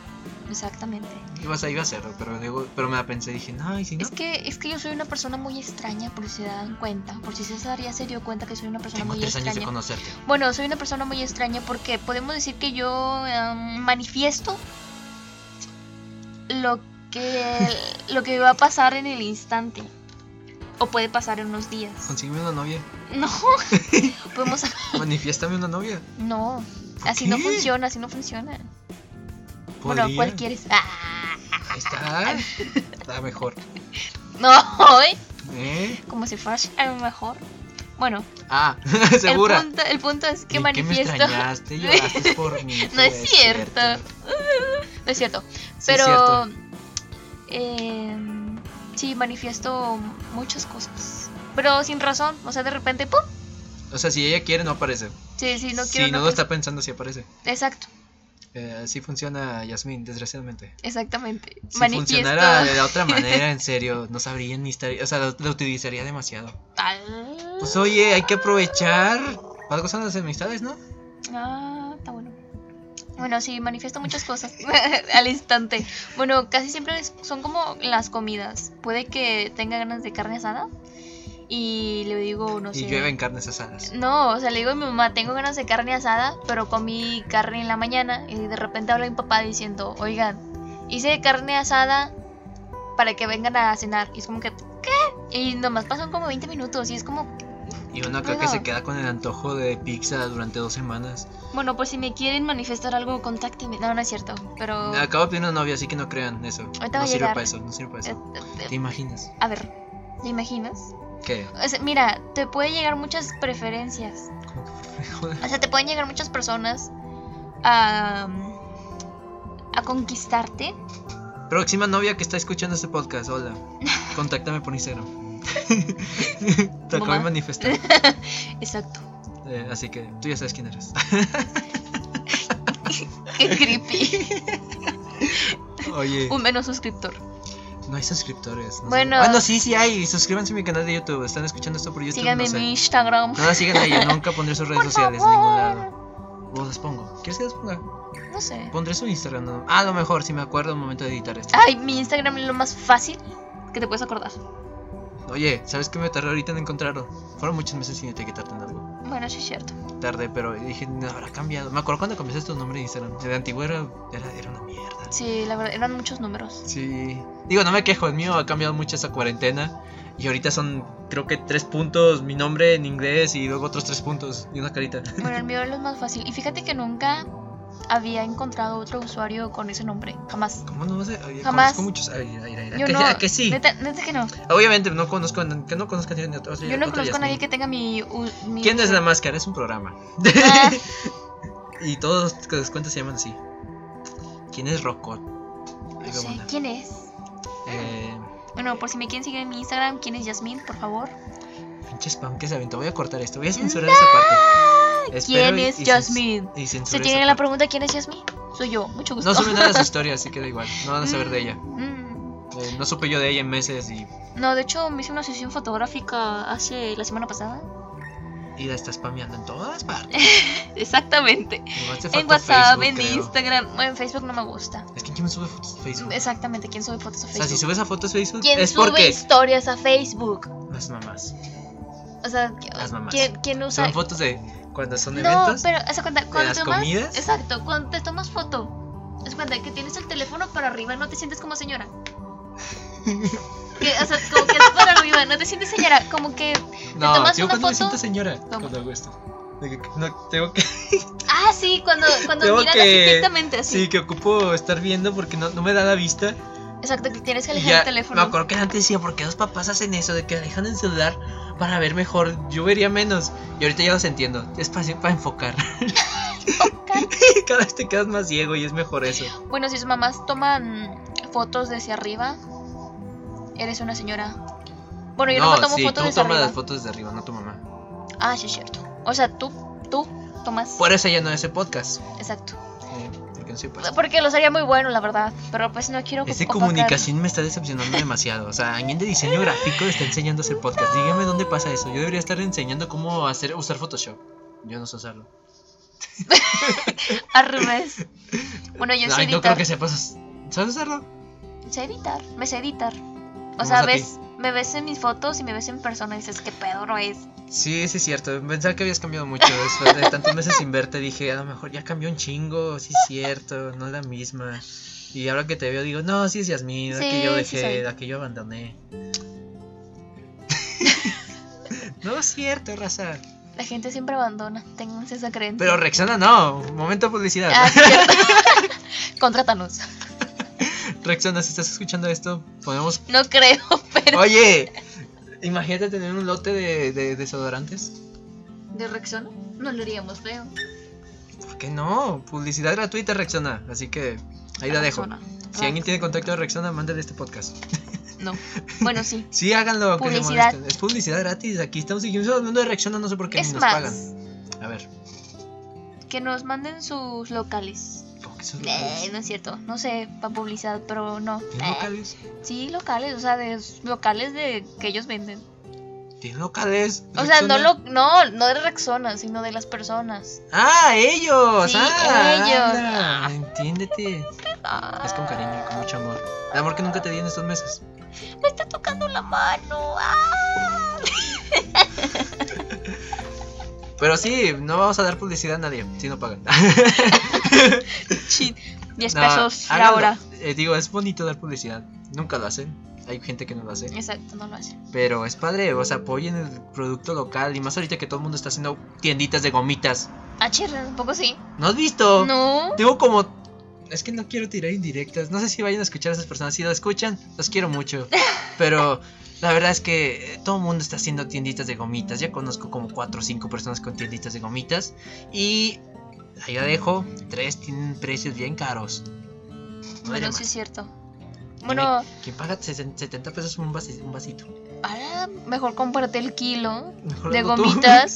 B: Exactamente.
A: Ibas a, iba a hacerlo, pero luego, pero me la pensé, dije, no, y si no,
B: Es que, es que yo soy una persona muy extraña, por si se dan cuenta. Por si César ya se dio cuenta que soy una persona
A: tengo
B: muy
A: tres años de
B: extraña.
A: conocerte.
B: Bueno, soy una persona muy extraña porque podemos decir que yo em, manifiesto lo que, lo que va a pasar en el instante. O puede pasar en unos días.
A: Consígueme una novia.
B: No. Podemos...
A: Manifiéstame una novia.
B: No.
A: ¿Por
B: Así no
A: qué?
B: funciona, así no funciona. Bueno,
A: Podría.
B: ¿cuál quieres? Ah,
A: Ahí Está. Está mejor.
B: no, ¿eh?
A: ¿Eh?
B: Como si fuera a lo mejor. Bueno,
A: Ah,
B: el
A: segura.
B: punto, el punto es que
A: ¿En qué me
B: manifiesto.
A: extrañaste? Lloraste por mí.
B: No es
A: fue
B: cierto. No es cierto.
A: Sí,
B: Pero
A: cierto.
B: eh, sí, manifiesto muchas cosas. Pero sin razón, o sea, de repente, ¡pum!
A: O sea, si ella quiere, no aparece.
B: Sí, sí, no quiero.
A: si no, lo
B: no quiero.
A: está pensando, sí aparece.
B: Exacto,
A: Eh, así funciona Yasmin, desgraciadamente.
B: exacamente.
A: Si
B: manifiesto.
A: funcionara eh, de la otra manera, en serio, no sabría ni estaría. O sea, lo, lo utilizaría demasiado.
B: Tal-
A: Pues oye, hay que aprovechar. Para cosas las amistades, ¿no?
B: Ah, está bueno. Bueno, sí, manifiesto muchas cosas al instante. Bueno, casi siempre es- son como las comidas. Puede que tenga ganas de carne asada y le digo, no sé.
A: Y llueven carnes asadas.
B: No, o sea, le digo a mi mamá, tengo ganas de carne asada, pero comí carne en la mañana y de repente habla mi papá diciendo, oigan, hice carne asada para que vengan a cenar. Y es como que, ¿qué? Y nomás pasan como 20 minutos y es como,
A: Y uno acá que se queda con el antojo de pizza durante dos semanas.
B: bueno, pues si me quieren manifestar algo, contáctenme. No, no es cierto, pero... eh,
A: Acabo de tener una novia, así que no crean eso. no
B: Ahorita va a
A: sirve
B: llegar.
A: para eso, no sirve para
B: Eh,
A: eso.
B: eh,
A: ¿Te imaginas?
B: A ver, ¿te imaginas?
A: ¿Qué?
B: O sea, mira, te puede llegar muchas preferencias.
A: ¿Cómo que
B: O sea, te pueden llegar muchas personas a, a conquistarte.
A: Próxima novia que está escuchando este podcast, hola. Contáctame por Instagram. Te acabo
B: Mamá.
A: de manifestar.
B: Exacto.
A: Eh, así que tú ya sabes quién eres.
B: Qué creepy.
A: Oye,
B: Un menos suscriptor.
A: no hay suscriptores. no sé.
B: Bueno.
A: Ah, no, sí, sí hay. Suscríbanse a mi canal de YouTube. Están escuchando esto por YouTube.
B: Síganme
A: no sé.
B: en mi Instagram.
A: No la sigan a ella, nunca pondré sus redes
B: Por
A: sociales en ningún
B: favor.
A: lado. O las pongo. ¿Quieres que las ponga?
B: No sé.
A: Pondré su Instagram. ¿no? Ah, a lo mejor, si me acuerdo al momento de editar esto.
B: Ay, mi Instagram es lo más fácil que te puedes acordar.
A: Oye, ¿sabes qué me tardé ahorita en encontrarlo? Fueron muchos meses sin etiquetarte en algo.
B: Bueno, sí es cierto.
A: Tardé, pero dije, no habrá cambiado. Me acuerdo cuando cambiaste tu nombre de Instagram. El antiguo era, era, era una mierda.
B: Sí, la verdad, eran muchos números.
A: Sí. Digo, no me quejo, el mío ha cambiado mucho esta cuarentena. Y ahorita son, creo que tres puntos, mi nombre en inglés y luego otros tres puntos y una carita.
B: Bueno, el mío es lo más fácil. Y fíjate que nunca había encontrado otro usuario con ese nombre. Jamás.
A: ¿Cómo no vas a...? Oye,
B: Jamás.
A: Conozco muchos... Ay, ay, ay, ay, ¿a Eh,
B: Yo
A: que,
B: no.
A: a que sí?
B: Neta, neta que no.
A: Obviamente no conozco, a- que no conozco a nadie otro-
B: Yo no
A: otra
B: conozco a nadie
A: Yasmín.
B: que tenga mi. u- mi-
A: ¿Quién es la máscara? Es un programa.
B: Ah,
A: y todos los que les cuento se llaman así. ¿Quién es Rocco? Ahí
B: no
A: va
B: sé,
A: una.
B: ¿Quién es?
A: Eh,
B: Bueno, por si me quieren seguir en mi Instagram, ¿quién es Yasmín, por favor?
A: pinche spam que se aventó. Voy a cortar esto. Voy a censurar esa parte. Espero
B: ¿Quién
A: y-
B: es
A: y cens-
B: Yasmín?
A: Y
B: Si
A: censurar
B: tienen
A: esa
B: la
A: parte.
B: pregunta, ¿quién es Yasmín? Soy yo, mucho gusto.
A: No supe nada de su historia, así que da igual. No van a saber de ella.
B: Mm,
A: Eh, no supe yo de ella en meses y,
B: No, de hecho me hice una sesión fotográfica hace la semana pasada.
A: y la está spameando en todas partes.
B: Exactamente.
A: Nomás te
B: En
A: faltó
B: WhatsApp,
A: Facebook,
B: en
A: creo.
B: Instagram, bueno, en Facebook no me gusta.
A: Es que ¿quién me sube fotos a Facebook?
B: Exactamente, ¿quién sube fotos
A: O
B: a
A: sea, si
B: Facebook?
A: subes a fotos a Facebook
B: ¿Quién
A: es
B: sube
A: porque
B: historias a Facebook?
A: las mamás.
B: O sea, ¿qui-
A: Las mamás.
B: ¿quién, quién usa?
A: Son fotos de cuando son
B: No,
A: eventos.
B: pero haz de cuenta, cuando
A: las
B: tomas.
A: comidas?
B: Exacto, cuando te tomas foto. Haz de cuenta que tienes el teléfono para arriba, no te sientes como señora. Que, o sea, como que es para arriba, no te sientes señora. Como que.
A: No,
B: tomas
A: yo
B: una
A: cuando me
B: foto?
A: siento señora
B: Toma.
A: cuando hago esto. De que- No, tengo que.
B: Ah, sí, cuando, cuando
A: Tengo
B: miras
A: que-
B: así directamente, así.
A: Sí, que ocupo estar viendo porque no, no me da la vista.
B: Exacto, que tienes que
A: Y
B: alejar
A: ya,
B: el
A: Me
B: teléfono.
A: acuerdo que antes decía, ¿por qué los papás hacen eso? De que alejan el celular para ver mejor. Yo vería menos. Y ahorita ya los entiendo. Es para, para enfocar. Cada vez te quedas más ciego y es mejor eso.
B: Bueno, si sus mamás toman fotos desde arriba, eres una señora. Bueno, yo no, me tomo
A: sí,
B: fotos
A: tú
B: desde
A: tomas
B: arriba.
A: las fotos desde arriba, no tu mamá.
B: Ah, sí, es cierto. O sea, tú, tú tomas.
A: Por eso ya no hace podcast.
B: Exacto.
A: eh, porque no soy podcast.
B: Porque lo sería muy bueno, la verdad. Pero pues no quiero
A: Este
B: opacar.
A: comunicación me está decepcionando demasiado. O sea, alguien de diseño gráfico está enseñando a hacer podcast. Dígame dónde pasa eso. Yo debería estar enseñando cómo hacer usar Photoshop. Yo no sé usarlo.
B: Al revés. Bueno, yo sé
A: Ay, no
B: editar.
A: creo que sepas. us- ¿Sabes usarlo?
B: Sé editar. Me sé editar. O
A: Vamos
B: sea,
A: a ti.
B: ves, me ves en mis fotos y me ves en persona y dices, ¿qué pedo no es?
A: Sí, sí, es cierto. Pensaba que habías cambiado mucho. Después de tantos meses sin verte, dije, a lo mejor ya cambió un chingo. Sí, es cierto. No es la misma. Y ahora que te veo, digo, no, sí es Yasmín, la que
B: Sí,
A: yo
B: sí
A: dejé,
B: soy.
A: la que yo abandoné. no es cierto, raza.
B: La gente siempre abandona. Ténganse esa creencia.
A: Pero Rexona no. Momento de publicidad.
B: Ah, sí, cierto. Contrátanos.
A: Rexona, si estás escuchando esto, podemos.
B: No creo, pero.
A: Oye, imagínate tener un lote de, de desodorantes.
B: ¿De Rexona? No lo haríamos feo.
A: ¿Por qué no? Publicidad gratuita, Rexona. Así que Ahí la dejo.
B: Ah, Rexona.
A: Si
B: Ah.
A: alguien tiene contacto de Rexona, mándale este podcast.
B: No. Bueno, sí.
A: Sí, háganlo. aunque se
B: Publicidad.
A: molesten. Es publicidad gratis. Aquí estamos siguiendo hablando de Rexona, no sé por qué ni
B: es
A: nos
B: más,
A: pagan. A ver,
B: que nos manden sus locales.
A: ¿cómo que son
B: Eh,
A: locales?
B: no es cierto. No sé, para publicidad, pero no.
A: ¿Tienen
B: Eh,
A: locales?
B: Sí, locales, o sea, de locales de que ellos venden.
A: ¿Tienen locales?
B: O sea,
A: Rexona?
B: no lo, no, no de Rexona, sino de las personas.
A: ¡Ah, ellos!
B: Sí,
A: ¡Ah,
B: ellos.
A: anda, Entiéndete.
B: Ah,
A: Es con cariño y con mucho amor. El amor que nunca te di en estos meses.
B: Me está tocando la mano. ah.
A: Pero sí, no vamos a dar publicidad a nadie si no pagan.
B: Chin, 10
A: No,
B: pesos la
A: háganlo.
B: hora.
A: Eh, digo, es bonito dar publicidad. Nunca lo hacen. Hay gente que no lo hace.
B: Exacto, no lo hacen.
A: Pero es padre, o sea, apoyen el producto local. Y más ahorita que todo el mundo está haciendo tienditas de gomitas.
B: Ah, chirra, un poco sí.
A: ¿No has visto?
B: No.
A: Tengo como. Es que no quiero tirar indirectas. No sé si vayan a escuchar a esas personas. Si lo escuchan, los quiero mucho. Pero la verdad es que eh, todo el mundo está haciendo tienditas de gomitas. Ya conozco como 4 o 5 personas con tienditas de gomitas. Y ahí la dejo. Tres tienen precios bien caros. No vale
B: Bueno,
A: más.
B: sí es cierto. Bueno,
A: ¿Quién paga 60 70 pesos un, vasi- un vasito?
B: ahora Ah, mejor cómprate el kilo.
A: Mejor
B: De
A: hazlo tú.
B: gomitas.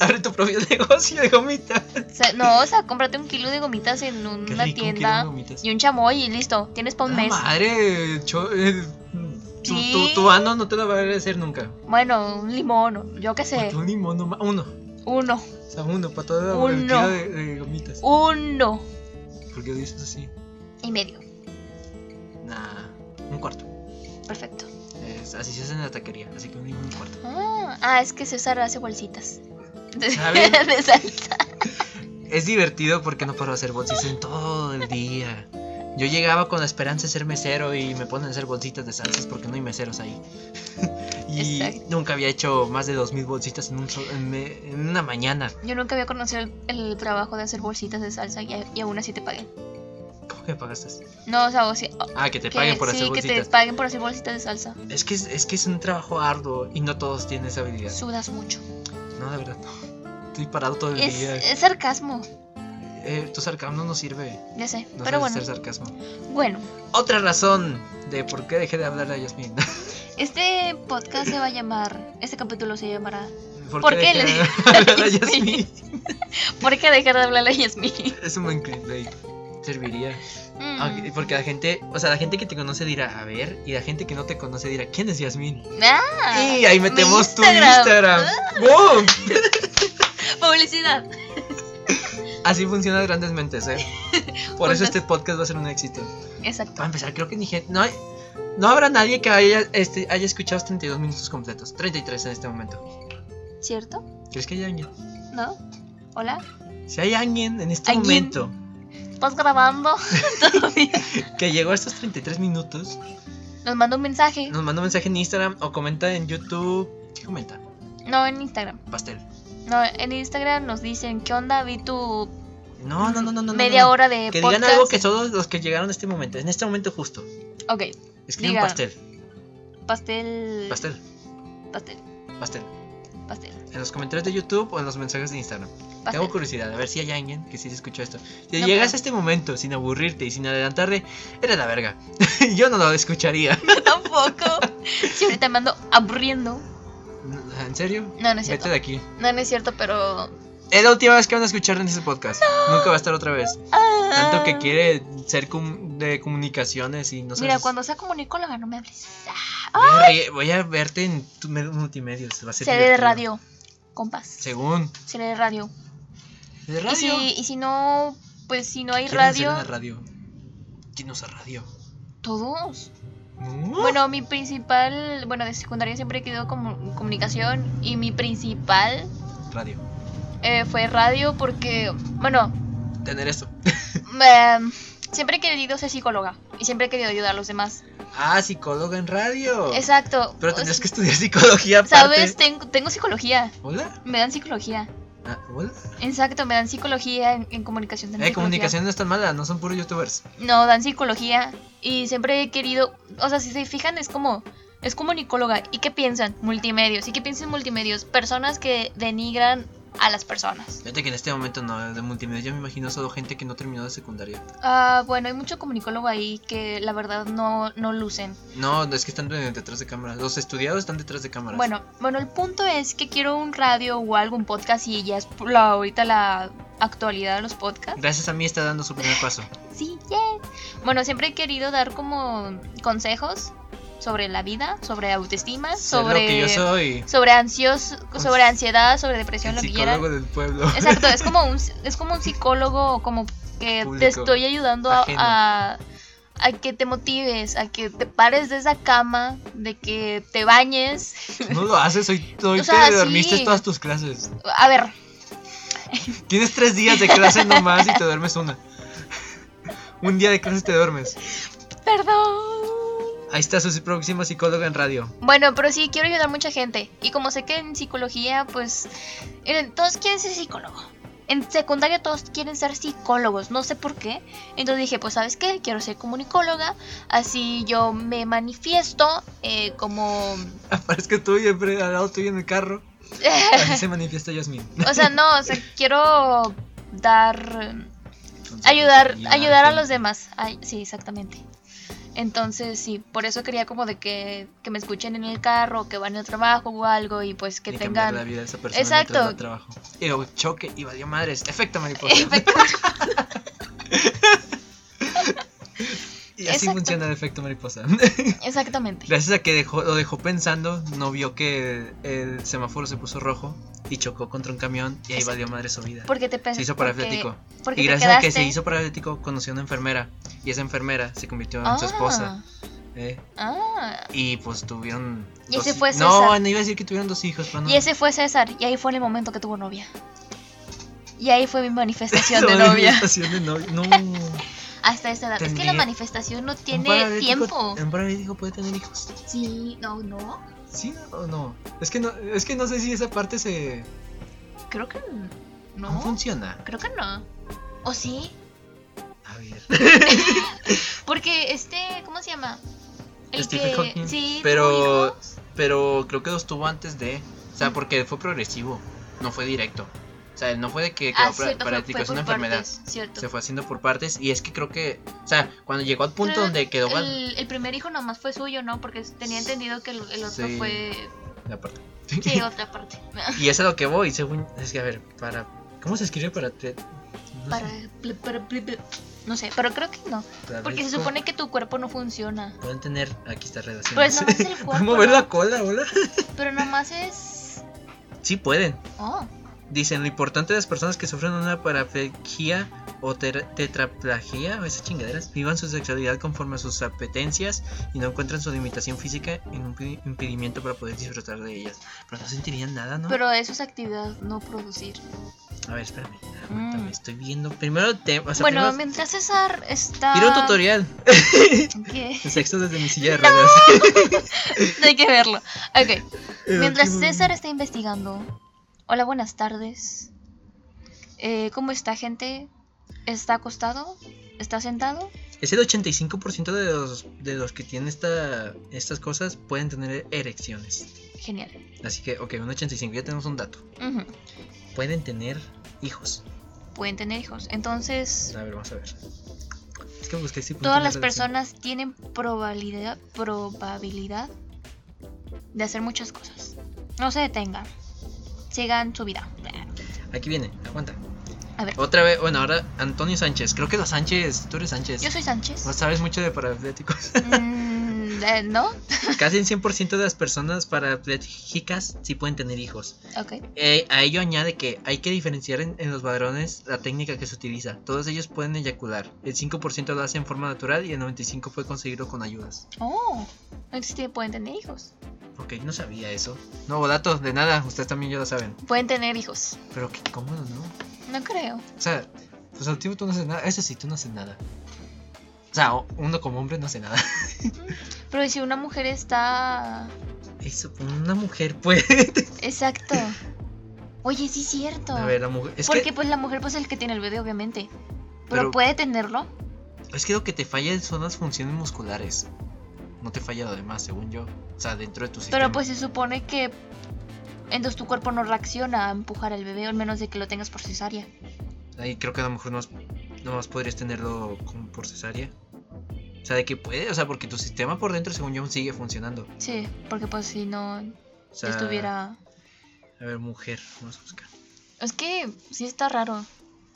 A: Abre tu propio negocio de gomitas.
B: O sea, no, o sea, cómprate un kilo de gomitas en
A: Qué
B: una
A: rico,
B: tienda.
A: quiero gomitas.
B: Y un chamoy y listo, tienes para un
A: Ah,
B: mes.
A: madre, cho- eh, tu,
B: Sí.
A: tu- tu ano no te la va a agradecer nunca.
B: Bueno, un limón, o yo qué sé.
A: Porque Un limón, noma- uno.
B: Uno,
A: O sea, uno para todo el
B: Uno.
A: kilo de, de gomitas.
B: uno
A: ¿Por qué dices así?
B: y medio.
A: Nah, un cuarto.
B: Perfecto.
A: Es- así se hace en la taquería, así que un limón, un cuarto.
B: Ah, ah, es que César hace bolsitas. De,
A: ¿Saben?
B: de salsa.
A: Es divertido porque no puedo hacer bolsitas en todo el día. Yo llegaba con la esperanza de ser mesero y me ponen a hacer bolsitas de salsas porque no hay meseros ahí. y
B: Exacto.
A: nunca había hecho más de 2000 bolsitas en, un sol- en me- en una mañana.
B: Yo nunca había conocido el, el trabajo de hacer bolsitas de salsa y, a- y aún así te paguen.
A: ¿Cómo que pagaste?
B: No, o sea, o sea,
A: Ah, que te
B: que-
A: paguen por
B: sí,
A: hacer
B: que
A: bolsitas.
B: te paguen por hacer bolsitas de salsa.
A: Es que es, es que es un trabajo arduo y no todos tienen esa habilidad.
B: Sudas mucho.
A: No, de verdad, no. Estoy parado todo el
B: Es,
A: día.
B: es sarcasmo,
A: Eh, tu sarcasmo no sirve.
B: ya sé.
A: No
B: pero
A: sabes
B: bueno,
A: hacer sarcasmo.
B: bueno,
A: Otra razón de por qué dejé de hablar a Yasmin.
B: este podcast se va a llamar, este capítulo se llamará
A: ¿Por,
B: ¿Por qué
A: dejé
B: le
A: de
B: dije
A: hablar a
B: a
A: Yasmin?
B: ¿Por qué dejar de hablarle a Yasmin?
A: Es un buen clickbait. Serviría.
B: Mm.
A: Aunque- Ah, Porque la gente, o sea, la gente que te conoce dirá, a ver, y la gente que no te conoce dirá, ¿quién es Yasmin?
B: Ah,
A: y ahí metemos
B: mi
A: tu Instagram. ¡Wow!
B: Publicidad.
A: Así funciona grandes mentes, ¿eh? Por eso
B: Juntas.
A: este podcast va a ser un éxito.
B: Exacto.
A: Para empezar, creo que ni gente. No, hay- no habrá nadie que haya, este, haya escuchado los 32 minutos completos. 33 en este momento.
B: ¿Cierto?
A: ¿Crees que hay alguien?
B: ¿No? ¿Hola?
A: Si hay alguien en este
B: ¿Alguien?
A: momento
B: ¿Estás grabando? Todavía.
A: que llegó a estos 33 minutos,
B: Nos manda un mensaje.
A: nos manda un mensaje en Instagram o comenta en YouTube. ¿Qué comenta?
B: No, en Instagram.
A: Pastel.
B: No, en Instagram nos dicen, ¿qué onda? Vi tu
A: No, no, no, no. no
B: media
A: no, no.
B: hora de
A: Que
B: podcast.
A: digan algo que todos los que llegaron a este momento, en este momento justo.
B: Ok,
A: Escriben
B: Diga.
A: pastel,
B: pastel...
A: pastel,
B: Pastel.
A: pastel.
B: Pastel.
A: En los comentarios de YouTube o en los mensajes de Instagram.
B: pastel.
A: Tengo curiosidad, a ver si hay alguien que sí se escuchó esto. Si
B: No
A: llegas
B: creo.
A: a este momento sin aburrirte y sin adelantarte, eres la verga. Yo no lo escucharía.
B: Yo tampoco. Si ahorita me ando aburriendo.
A: ¿En serio?
B: No, no es
A: Vete
B: cierto.
A: de aquí.
B: No, no es cierto, pero...
A: Es la última vez que van a escuchar en este podcast. Nunca va a estar otra vez.
B: Ah.
A: Tanto que quiere ser com- de comunicaciones y no sé.
B: Mira, cuando sea comunicóloga no me hables. Ah,
A: Voy a verte en tu me- multimedia. se Va a ser
B: Seré de
A: divertido.
B: radio, compas.
A: Según.
B: Seré de radio.
A: ¿De
B: Y
A: radio?
B: si, y si no, pues si no hay
A: ¿Quién hacer
B: radio,
A: una radio? ¿Quién usa radio? Ah.
B: todos.
A: No.
B: Bueno, mi principal, bueno, de secundaria siempre quedó como comunicación y mi principal
A: Radio.
B: eh, fue radio porque, bueno,
A: Tener esto.
B: em, siempre he querido ser psicóloga y siempre he querido ayudar a los demás.
A: Ah, psicóloga en radio.
B: Exacto.
A: Oh. Pero
B: O
A: tendrías
B: sea,
A: que estudiar psicología aparte.
B: Oh, ¿Sabes? Tengo, tengo psicología.
A: ¿Hola?
B: Me dan psicología.
A: Ah, ¿Hola?
B: Exacto, me dan psicología en, en comunicación.
A: Eh,
B: también psicología.
A: comunicación no es tan mala, no son puros youtubers.
B: No, dan psicología y siempre he querido, o sea, si se fijan es como es comunicóloga y qué piensan multimedios y qué piensan multimedios personas que denigran a las personas.
A: Fíjate que en este momento no, de multimedia me imagino solo gente que no terminó de secundaria.
B: Ah, bueno, hay mucho comunicólogo ahí que la verdad no, no lucen.
A: No, es que están de- detrás de cámaras. Los estudiados están detrás de cámaras.
B: Bueno, bueno, el punto es que quiero un radio o algún podcast y ya es por la, ahorita la actualidad de los podcasts.
A: Gracias a mí está dando su primer paso.
B: Sí, yes. Bueno, siempre he querido dar como consejos sobre la vida, sobre autoestima,
A: Sé lo que yo
B: sobre
A: soy.
B: Ah, sobre ansios, sobre ansiedad, sobre depresión,
A: El
B: lo que quieran.
A: psicólogo del pueblo.
B: Exacto, es como un, es como un psicólogo, como que
A: Público,
B: te estoy ayudando a,
A: ajeno.
B: a, a que te motives, a que te pares de esa cama, de que te bañes.
A: No lo haces, hoy, hoy
B: O sea,
A: te dormiste
B: sí.
A: todas tus clases.
B: A ver,
A: Tienes tres días de clase nomás y te duermes una. Un día de clase te duermes.
B: perdón.
A: Ahí está su próxima psicóloga en radio.
B: Bueno, pero sí, quiero ayudar a mucha gente. Y como sé que en psicología, pues, eh, todos quieren ser psicólogo. En secundaria todos quieren ser psicólogos, no sé por qué. Entonces dije, pues, ¿sabes qué? Quiero ser comunicóloga. Así yo me manifiesto eh, como...
A: Aparezco tú y al lado tuyo en el carro. Así se manifiesta Yasmin.
B: O sea, no, o sea, quiero dar... eh, Ayudar,
A: pues,
B: ayudar a los demás. Ay, sí, exactamente. Entonces, sí, por eso quería como de que, que me escuchen en el carro, que van al trabajo o algo y pues que
A: que
B: tengan...
A: la vida de esa persona
B: Exacto.
A: mientras va al trabajo. Y luego choque y valió madres. Efecto mariposa.
B: Efecto-
A: y así
B: Exacto.
A: funciona el efecto mariposa.
B: Exactamente.
A: Gracias a que dejó, lo dejó pensando, no vio que el semáforo se puso rojo y chocó contra un camión y ahí
B: Exacto.
A: valió madre su vida.
B: Porque te pens-
A: Se hizo
B: porque-
A: paraplético.
B: porque
A: Y
B: te
A: gracias a que
B: quedaste-
A: se hizo paralítico, conoció a una enfermera. Y esa enfermera se convirtió en
B: ah,
A: su esposa. ¿eh?
B: Ah.
A: Y pues tuvieron.
B: Y
A: dos
B: ese
A: hi-
B: fue
A: No,
B: César.
A: no iba a decir que tuvieron dos hijos, pero no.
B: Y ese fue César. Y ahí fue en el momento que tuvo novia. Y ahí fue mi manifestación
A: Esa
B: de novia.
A: manifestación de novia. No.
B: Hasta esa edad. Es que
A: Tendría-
B: la manifestación no
A: Un
B: tiene
A: paralítico-
B: tiempo.
A: Un paralítico puede tener hijos.
B: Sí, no, no.
A: ¿Sí o no? Es que no, es que no sé si esa parte se.
B: Creo que n-
A: No
B: no.
A: funciona.
B: Creo que no. ¿O sí?
A: A ver.
B: Porque este, ¿cómo se llama?
A: Stephen Hawking.
B: Sí,
A: Pero-
B: tuvo hijos.
A: Pero creo que los tuvo antes de. O sea, porque fue progresivo. No fue directo. O sea, no fue de que quedó
B: Ah,
A: pra-
B: cierto, fue,
A: paralítico.
B: fue
A: Es una
B: por
A: enfermedad.
B: partes, cierto.
A: Se fue haciendo por partes. Y es que creo que. O sea, cuando llegó al punto
B: Pero
A: donde quedó. val-
B: El, el primer hijo nomás fue suyo, ¿no? Porque tenía entendido que el, el otro
A: Sí.
B: fue
A: La parte.
B: Sí, otra parte.
A: Y es a lo que voy, según. Es que a ver, para. ¿Cómo se escribe para te- no
B: Para,
A: sé,
B: pl- para- pl- pl- no sé, pero creo que no.
A: para
B: Porque
A: ver
B: se
A: cómo-
B: supone que tu cuerpo no funciona.
A: Pueden tener. Aquí está relación.
B: Pues nomás el
A: ¿Pueden
B: cuerpo.
A: mover
B: ¿no?
A: la cola, hola?
B: Pero nomás es.
A: Sí pueden.
B: Oh,
A: Dicen, lo importante de las personas que sufren una paraplegia o ter- tetraplagia, o esas chingaderas, vivan su sexualidad conforme a sus apetencias y no encuentren su limitación física en un pi- impedimento para poder disfrutar de ellas. Pero no sentirían nada, ¿no?
B: pero eso es actividad, no producir.
A: A ver, espérame.
B: Mm.
A: aguántame, Estoy viendo primero el tema. O sea,
B: bueno,
A: primero-
B: mientras César está.
A: Quiero un tutorial.
B: ¿Qué?
A: de Sexo desde mi silla de ruedas.
B: Hay que verlo. Ok.
A: El
B: Mientras
A: último-
B: César está investigando. Hola, buenas tardes. Eh, ¿Cómo está, gente? ¿Está acostado? ¿Está sentado?
A: Es el 85% de los, de los que tienen esta, estas cosas pueden tener erecciones.
B: Genial.
A: Así que, ok, un 85, ya tenemos un dato.
B: Ujú.
A: Pueden tener hijos.
B: Pueden tener hijos. Entonces,
A: A ver, vamos a ver. Es que busqué este si pueden
B: Todas
A: tener
B: las
A: relación.
B: personas tienen probabilidad, probabilidad de hacer muchas cosas. No se detengan. Sigan su vida.
A: Aquí viene, aguanta.
B: A ver.
A: Otra vez, bueno, ahora Antonio Sánchez. Creo que los Sánchez, tú eres Sánchez.
B: Yo soy Sánchez.
A: No sabes mucho de parapléticos.
B: Mm, eh, ¿No?
A: Casi el 100% de las personas parapléticas sí pueden tener hijos.
B: Ok.
A: Eh, a ello añade que hay que diferenciar en, en los varones la técnica que se utiliza. Todos ellos pueden eyacular. El 5% lo hace en forma natural y el 95% puede conseguirlo con ayudas.
B: Oh, entonces sí pueden tener hijos.
A: Ok, no sabía eso. Nuevo dato, de nada, ustedes también ya lo saben.
B: Pueden tener hijos.
A: Pero qué cómodo, ¿no?
B: No creo.
A: O sea, pues al tipo tú no haces nada. Eso sí, tú no haces nada. O sea, o- uno como hombre no hace nada.
B: Pero si una mujer está...
A: Eso, una mujer puede.
B: Exacto. Oye, sí es cierto.
A: A ver, la mujer. Es,
B: Porque
A: que,
B: pues la mujer pues es el que tiene el bebé, obviamente. Pero,
A: Pero-
B: puede tenerlo.
A: es que lo que te falla son las funciones musculares. No te falla lo demás, según yo. O sea, dentro de tu sistema.
B: Pero pues se supone pues, que Entonces tu cuerpo no reacciona a empujar al bebé, al menos de que lo tengas por cesárea.
A: Ahí creo que a lo mejor nomás, nomás podrías tenerlo como por cesárea. O sea, de que puede, o sea, porque tu sistema por dentro, según yo, sigue funcionando.
B: Sí, porque pues si no
A: O sea,
B: estuviera...
A: A ver, mujer, vamos a buscar.
B: Es que sí está raro.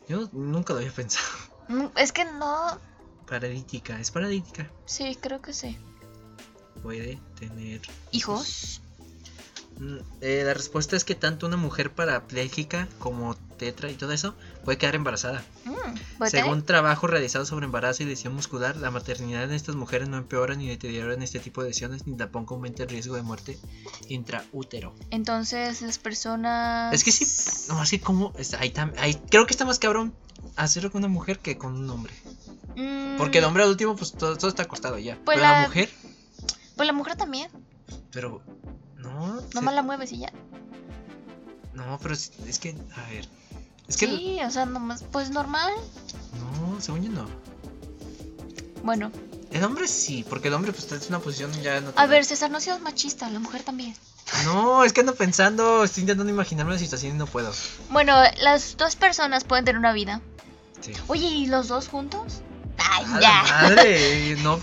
A: Yo nunca lo había pensado.
B: Mm, Es que no...
A: Paralítica, es paralítica.
B: Sí, creo que sí.
A: Puede tener.
B: ¿Hijos?
A: Mm, eh, la respuesta es que tanto una mujer parapléjica como tetra y todo eso puede quedar embarazada.
B: Mm, ¿puede tener?
A: Pues, Según trabajos realizados sobre embarazo y lesión muscular, la maternidad en estas mujeres no empeora ni deteriora en este tipo de lesiones ni tampoco aumenta el riesgo de muerte intraútero.
B: Entonces las personas...
A: Es que sí, no, así como. es- Ahí, tam- ahí creo que está más cabrón hacerlo con una mujer que con un hombre.
B: Mm,
A: Porque el hombre al último, pues todo, todo está acostado ya.
B: Pues
A: pero la...
B: la-
A: mujer,
B: Pues la mujer también.
A: pero. No, se-
B: Nomás la mueves y ya.
A: no, pero es, es que. A ver. Es que.
B: Sí, o sea, nomás... Pues normal.
A: No, según yo no.
B: Bueno.
A: El hombre sí, porque el hombre pues está en una posición ya no
B: A
A: tan-
B: ver, César, no seas machista, la mujer también.
A: No, es que ando pensando, estoy intentando imaginarme la situación y no puedo.
B: Bueno, las dos personas pueden tener una vida.
A: Sí.
B: Oye, ¿y los dos juntos? Ay,
A: ¡A la
B: ya.
A: madre! No,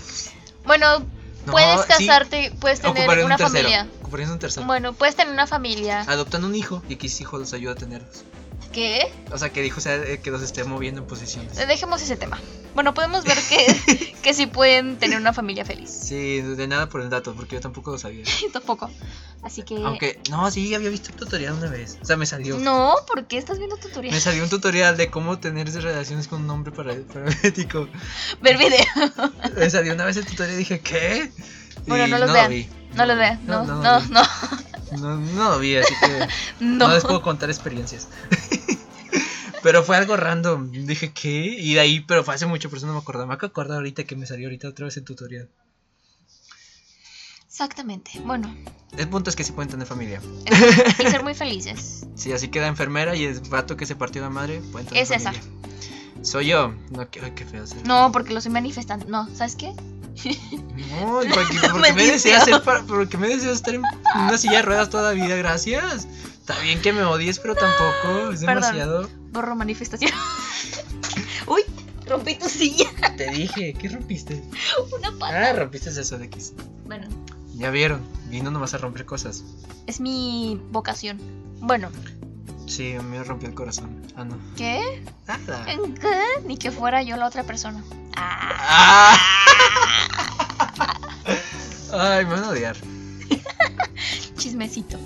B: Bueno,
A: no,
B: puedes
A: sí,
B: casarte, puedes tener
A: ocuparían un
B: una
A: tercero, Ah.
B: familia.
A: ocuparían un tercero.
B: Bueno, puedes tener una familia.
A: Adoptan un hijo y X hijo los ayuda a tenerlos.
B: ¿Qué?
A: O sea, que dijo sea, eh, que los esté moviendo en posiciones.
B: Eh, Dejemos ese tema. Bueno, podemos ver que, que sí pueden tener una familia feliz.
A: Sí, de nada por el dato, porque yo tampoco lo sabía.
B: Tampoco. Así que.
A: Aunque, no, sí, había visto un tutorial una vez. O sea, me salió.
B: No, ¿por qué estás viendo
A: Me
B: tutoriales?
A: salió un tutorial de cómo tener relaciones con un hombre para- paramédico.
B: Ver video.
A: Me salió una vez el tutorial y dije, ¿qué?
B: Bueno,
A: Y
B: no los
A: lo
B: vean,
A: vi.
B: No lo veas. No, no, no,
A: vi.
B: no.
A: No, no lo vi, así que no. les puedo contar experiencias. pero fue algo random. Dije, ¿qué? Y de ahí, pero fue hace mucho, por eso no me acordaba. Me acuerdo ahorita que me salió ahorita otra vez el tutorial.
B: Exactamente. Bueno,
A: El punto es que sí pueden tener familia.
B: y ser muy felices.
A: Si así queda enfermera y el vato que se partió la madre, pues, pueden tener
B: Es esa.
A: familia. Soy yo. No, qué, ay, qué feo ser.
B: No, porque lo soy manifestando. No, ¿sabes qué?
A: No, ¿por qué- por
B: Me
A: qué me deseas
B: dice,
A: ser para- por qué me deseas estar en una silla de ruedas toda la vida? Gracias. Está bien que me odies, pero tampoco. Es
B: Perdón.
A: demasiado.
B: Borro manifestación. Uy, rompí tu silla.
A: Te dije, ¿qué rompiste?
B: Una pata.
A: Ah, rompiste eso de X.
B: Bueno,
A: Ya vieron, vino nomás a romper cosas.
B: es mi vocación. Bueno,
A: Sí, a mí me rompió el corazón. Ah, no.
B: ¿qué?
A: Nada.
B: ¿En qué? Ni que fuera yo la otra persona. Ah,
A: Ah. Ay, me van a odiar.
B: chismecito.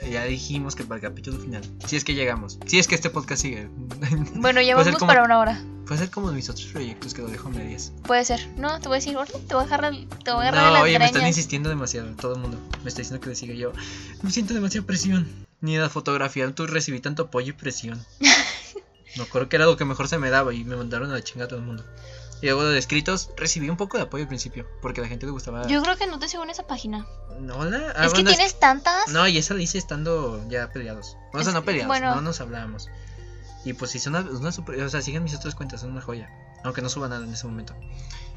A: eh, Ya dijimos que para el capítulo final. Si es que llegamos. Si es que este podcast sigue.
B: Bueno, ya
A: Puede ser
B: vamos
A: como-
B: para una hora.
A: Puede ser como mis otros proyectos que lo dejo a medias.
B: Puede ser. No, te voy a decir, "Órale, te voy a agarrar, te voy a agarrar de
A: No,
B: las
A: oye, me están
B: greñas".
A: insistiendo demasiado, todo el mundo. Me está diciendo que le siga yo. Me siento demasiada presión. Ni en la fotografía, tú recibí tanto apoyo y presión. Me acuerdo que era lo que mejor se me daba y me mandaron a la chinga a todo el mundo. Y luego de escritos, recibí un poco de apoyo al principio, porque a la gente le gustaba.
B: Yo creo que no te sigo en esa página.
A: No, hola. Ah,
B: es que
A: bueno, es-
B: tienes tantas.
A: No, y esa la hice estando ya peleados. O sea,
B: Es-
A: no peleados,
B: Este, bueno.
A: no nos hablábamos. Y pues hice una, una super- O sea, sigan mis otras cuentas, son una joya. Aunque no suba nada en ese momento.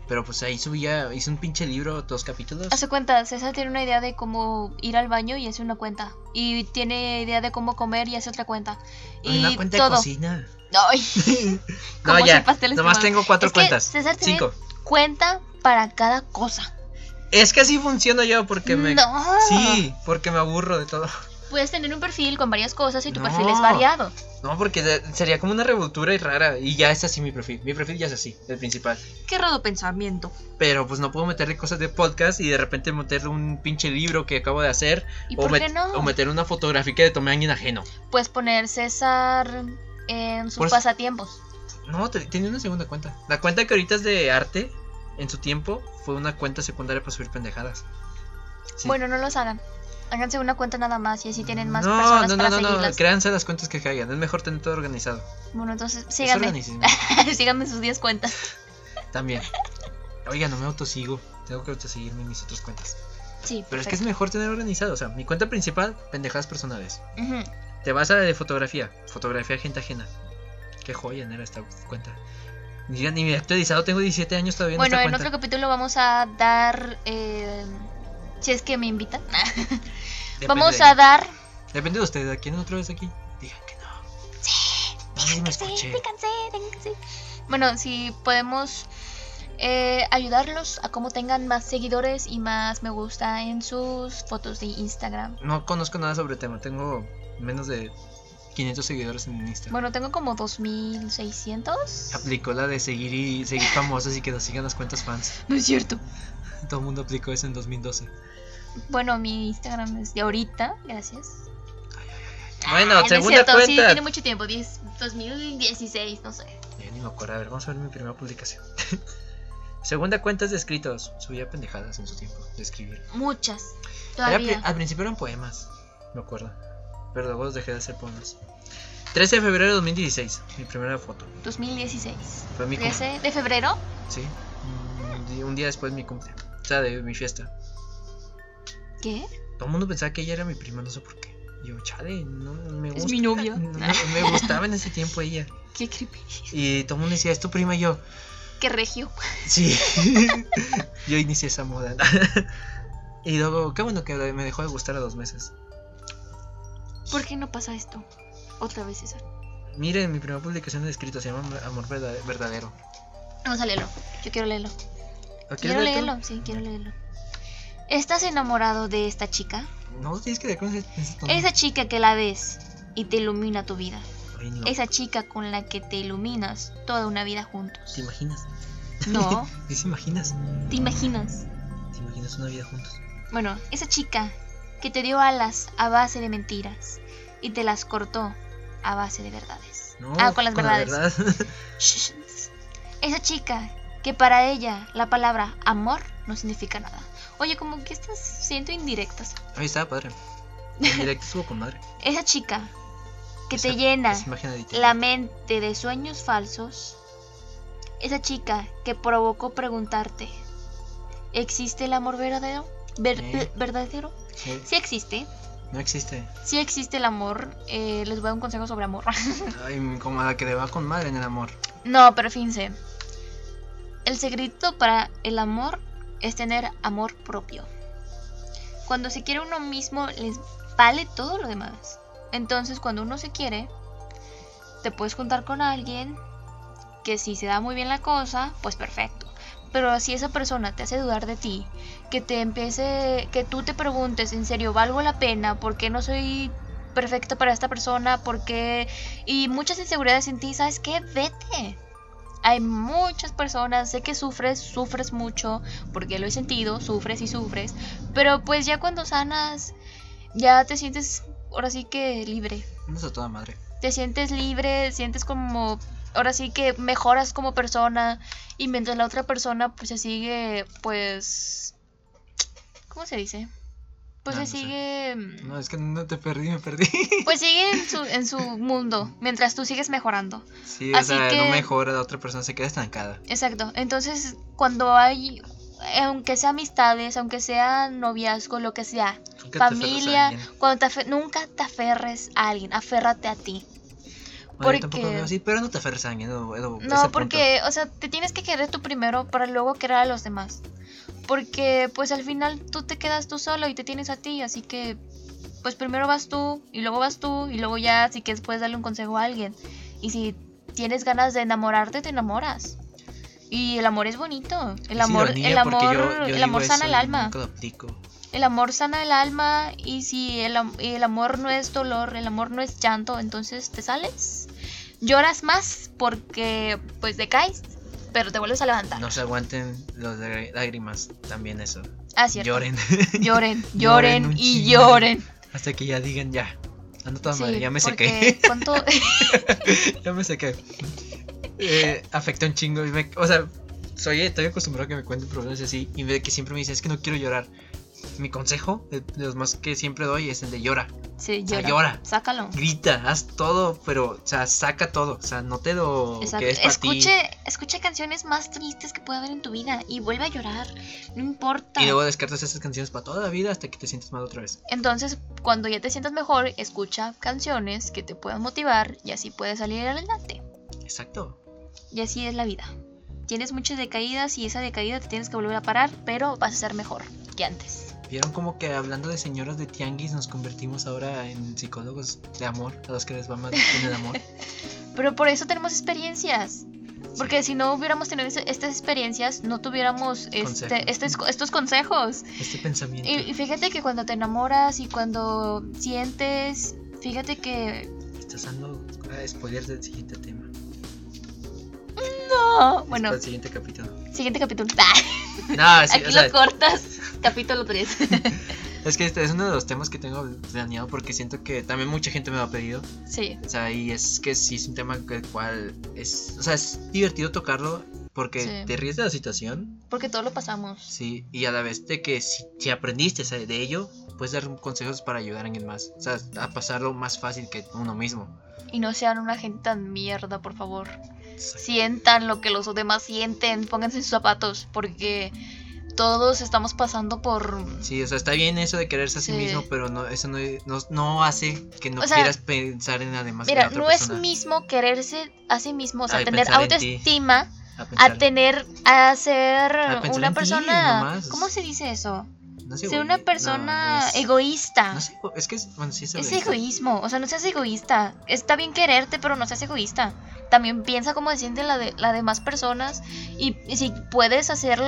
A: Pero pues ahí subía, hice un pinche libro, dos capítulos.
B: Hace cuenta, César tiene una idea de cómo ir al baño y hace una cuenta. Y tiene idea de cómo comer y hace otra cuenta. Y
A: una cuenta de
B: todo.
A: cocina.
B: Ay,
A: No,
B: Como
A: ya.
B: hacer pasteles
A: Nomás
B: quemados.
A: tengo cuatro
B: Es que
A: cuentas.
B: César tiene
A: Cinco.
B: cuenta para cada cosa.
A: Es que así funciona yo porque me.
B: No.
A: Sí, porque me aburro de todo.
B: Puedes tener un perfil con varias cosas y tu
A: No.
B: perfil es variado.
A: No, porque de- sería como una revoltura y rara. Y ya es así mi perfil. Mi perfil ya es así, el principal.
B: Qué raro pensamiento.
A: Pero pues no puedo meterle cosas de podcast y de repente meterle un pinche libro que acabo de hacer.
B: ¿Y
A: O,
B: por
A: met-
B: qué no?
A: o meter una fotografía que le tomé a alguien ajeno.
B: Puedes poner César en sus
A: Por eso-
B: pasatiempos.
A: No, te- tenía una segunda cuenta. La cuenta que ahorita es de arte, en su tiempo, fue una cuenta secundaria para subir pendejadas. Sí.
B: Bueno, no los hagan. Háganse una cuenta nada más y así tienen más
A: no,
B: personas
A: no, no,
B: para
A: no, no,
B: seguirlas.
A: créanse las cuentas que caigan. Es mejor tener todo organizado.
B: Bueno, entonces
A: Es
B: síganme.
A: organicismo
B: síganme en sus 10 cuentas.
A: también. Oiga, no me autosigo. Tengo que autoseguirme en mis otras cuentas.
B: Sí,
A: Pero es que es mejor tener organizado. O sea, mi cuenta principal, pendejadas personales.
B: perfecto. Ujú.
A: Te vas a la de fotografía. Fotografía de gente ajena. Qué joya era esta cuenta. Mira, ni me he actualizado. Tengo 17 años todavía en
B: Bueno,
A: esta
B: en
A: cuenta.
B: otro capítulo vamos a dar. eh, si es que me invitan.
A: Depende
B: vamos
A: de-
B: a dar
A: Depende de ustedes. ¿A quién otra vez aquí? Digan que no. Sí. No, no
B: Sí,
A: escuché.
B: ténganse, ténganse. Bueno, si podemos eh, ayudarlos a cómo tengan más seguidores y más me gusta en sus fotos de Instagram.
A: No conozco nada sobre el tema. Tengo menos de 500 seguidores en Instagram.
B: Bueno, tengo como 2600.
A: Aplicó la de seguir y seguir famosos y que nos sigan las cuentas fans.
B: No es cierto.
A: Todo el mundo aplicó eso en 2012.
B: Bueno, mi Instagram es de ahorita, gracias.
A: Bueno,
B: Ah, no es
A: segunda
B: cierto, Sí,
A: cuenta.
B: tiene mucho tiempo, 10, 2016, no sé.
A: Yo ni me acuerdo. A ver, vamos a ver mi primera publicación. segunda cuenta es de escritos. Subía pendejadas en su tiempo de escribir.
B: Muchas.
A: Era pri-
B: Todavía.
A: al principio eran poemas, me acuerdo. Pero luego dejé de hacer poemas. 13 de febrero de 2016, mi primera foto.
B: 2016.
A: Fue Ah. mi cumple.
B: 13 de febrero.
A: Sí. Un di- Un día después de mi cumple. O sea, de mi fiesta.
B: ¿Qué?
A: Todo el mundo pensaba que ella era mi prima, no sé por qué. Y yo, chale, no me gusta.
B: Es mi novia.
A: No, no, me gustaba en ese tiempo ella.
B: Qué creepy.
A: Y todo el mundo decía, es tu prima y yo.
B: Qué regio.
A: Sí. yo inicié esa moda. y luego, qué bueno que me dejó de gustar a dos meses.
B: ¿Por qué no pasa esto? Otra vez esa.
A: Miren, mi primera publicación de escrito se llama Amor Verda- Verdadero.
B: Vamos a leerlo. Yo quiero leerlo.
A: ¿Lo
B: Quiero
A: quieres leer tú?
B: leerlo. Sí, quiero leerlo. ¿Estás enamorado de esta chica?
A: No, tienes que ver con ese, ese tono.
B: Esa chica que la ves y te ilumina tu vida.
A: Ay, no.
B: Esa chica con la que te iluminas toda una vida
A: ¿Te
B: juntos.
A: imaginas?
B: No,
A: ¿Te imaginas?
B: te imaginas.
A: ¿Te imaginas una vida juntos?
B: Bueno, esa chica que te dio alas a base de mentiras y te las cortó a base de verdades.
A: No,
B: ah, con las verdades.
A: La verdad.
B: Shh, shh, shh. Esa chica que para ella la palabra amor no significa nada. Oye, como que estás siendo indirectas.
A: Ahí estaba padre. En directo estuvo con madre.
B: Esa chica que
A: Esa-
B: te llena
A: esa imagen editada.
B: la mente de sueños falsos. Esa chica que provocó preguntarte, ¿existe el amor verdadero? Ver-
A: Sí.
B: ¿Verdadero?
A: Sí,
B: Sí existe.
A: no existe.
B: Sí existe el amor. eh, les voy a dar un consejo sobre amor.
A: Ay, como la que le va con madre en el amor.
B: no, pero fíjense. El secreto para el amor es tener amor propio. Cuando se quiere uno mismo, les vale todo lo demás. Entonces, cuando uno se quiere, te puedes juntar con alguien que si se da muy bien la cosa, pues perfecto. Pero si esa persona te hace dudar de ti, que te empiece, que tú te preguntes, en serio, ¿valgo la pena? ¿Por qué no soy perfecta para esta persona? ¿Por qué? Y muchas inseguridades en ti, ¿sabes qué? Vete. Hay muchas personas, sé que sufres, sufres mucho, porque lo he sentido, sufres y sufres, pero pues ya cuando sanas, ya te sientes ahora sí que libre
A: No está toda madre.
B: te sientes libre, sientes como, ahora sí que mejoras como persona y mientras la otra persona pues se sigue, pues, ¿cómo se dice? Pues
A: Ah, no
B: se
A: sé.
B: sigue, mm,
A: No, es que no te perdí, me perdí.
B: pues sigue en su, en su mundo, mientras tú sigues mejorando.
A: Sí, o
B: Así
A: sea,
B: que-
A: no mejora, la otra persona se queda estancada.
B: Exacto, entonces cuando hay, aunque sea amistades, aunque sea noviazgo, lo que sea,
A: Nunca te aferras a
B: familia,
A: alguien.
B: cuando te afe- nunca te aferres a alguien, aférrate a ti.
A: Bueno, yo tampoco
B: porque-
A: lo veo así, pero no te aferres a alguien. No, no, ese
B: No,
A: punto.
B: porque, o sea, te tienes que querer tú primero para luego querer a los demás. Porque, pues al final tú te quedas tú solo y te tienes a ti, así que, pues primero vas tú y luego vas tú y luego ya, así que puedes darle un consejo a alguien. Y si tienes ganas de enamorarte, te enamoras. Y el amor es bonito. El
A: Es
B: amor,
A: ironía,
B: el
A: porque
B: amor,
A: yo- yo
B: el
A: digo
B: amor sana
A: eso
B: el
A: y
B: alma.
A: Nunca lo aplico.
B: El amor sana el alma y si el, am- el amor no es dolor, el amor no es llanto, entonces te sales. Lloras más porque pues decaes, pero te vuelves a levantar.
A: No se aguanten los de lágrimas, también eso.
B: ah, cierto.
A: Lloren.
B: Lloren, lloren,
A: Lloren un
B: y
A: chingo.
B: lloren.
A: Hasta que ya digan ya. Ando toda madre,
B: Sí,
A: ya me
B: porque
A: sequé.
B: ¿cuánto?
A: ya me sequé. Eh, afecta un chingo. y me- o sea, soy estoy acostumbrado a que me cuenten problemas así. Y de que siempre me dicen, es que no quiero llorar. Mi consejo, de, de los más que siempre doy, es el de llora.
B: Sí,
A: O sea,
B: llora.
A: Ah, llora.
B: Sácalo.
A: Grita, haz todo, pero, o sea, saca todo. O sea, no te lo
B: Exacto.
A: quedes para ti.
B: Escuche, escuche canciones más tristes que pueda haber en tu vida y vuelve a llorar. No importa.
A: Y luego descartas esas canciones para toda la vida hasta que te sientes mal otra vez.
B: Entonces, cuando ya te sientas mejor, escucha canciones que te puedan motivar y así puedes salir adelante.
A: Exacto.
B: Y así es la vida. Tienes muchas decaídas y esa decaída te tienes que volver a parar, pero vas a ser mejor que antes.
A: Vieron como que hablando de señoras de tianguis nos convertimos ahora en psicólogos de amor, a los que les va más bien el amor.
B: Pero por eso tenemos experiencias. Porque si no hubiéramos tenido es- estas experiencias, no tuviéramos este-
A: Consejos.
B: estes- estos consejos.
A: Este pensamiento.
B: Y, y fíjate que cuando te enamoras y cuando sientes, fíjate que...
A: Estás dando a spoilers del siguiente tema.
B: No.
A: Es
B: oh, Bueno,
A: para el siguiente capítulo.
B: siguiente capítulo.
A: No, sí,
B: Aquí
A: o sea,
B: lo cortas. Capítulo 3.
A: es que este es uno de los temas que tengo planeado porque siento que también mucha gente me lo ha pedido.
B: sí.
A: O sea, y es que sí es un tema que el cual es, o sea, es divertido tocarlo porque
B: Sí.
A: te ríes de la situación,
B: Porque todos lo pasamos.
A: sí, y a la vez de que si, si aprendiste o sea, de ello, puedes dar consejos para ayudar a alguien más, o sea, a pasarlo más fácil que uno mismo.
B: Y no sean una gente tan mierda, por favor. Sientan lo que los demás sienten. Pónganse en sus zapatos. Porque todos estamos pasando por...
A: Sí, o sea, está bien eso de quererse a sí,
B: Sí.
A: mismo, pero no, eso no, no, no hace que no
B: O sea,
A: quieras pensar en además
B: Mira,
A: en la otra
B: no
A: persona,
B: es mismo quererse a sí mismo, o sea,
A: Ay,
B: tener
A: pensar en ti.
B: autoestima,
A: a
B: a
A: pensar.
B: tener, a ser
A: pensar
B: una
A: en ti,
B: persona,
A: nomás.
B: ¿cómo se dice eso?
A: No es
B: Ser
A: egoí-
B: una
A: no,
B: persona
A: es-
B: egoísta.
A: no es ego- es que es, bueno, sí es
B: es
A: egoísta.
B: egoísmo, o sea, no seas egoísta. Está bien quererte, pero no seas egoísta. También piensa cómo se sienten la de, las demás personas y, y si puedes hacer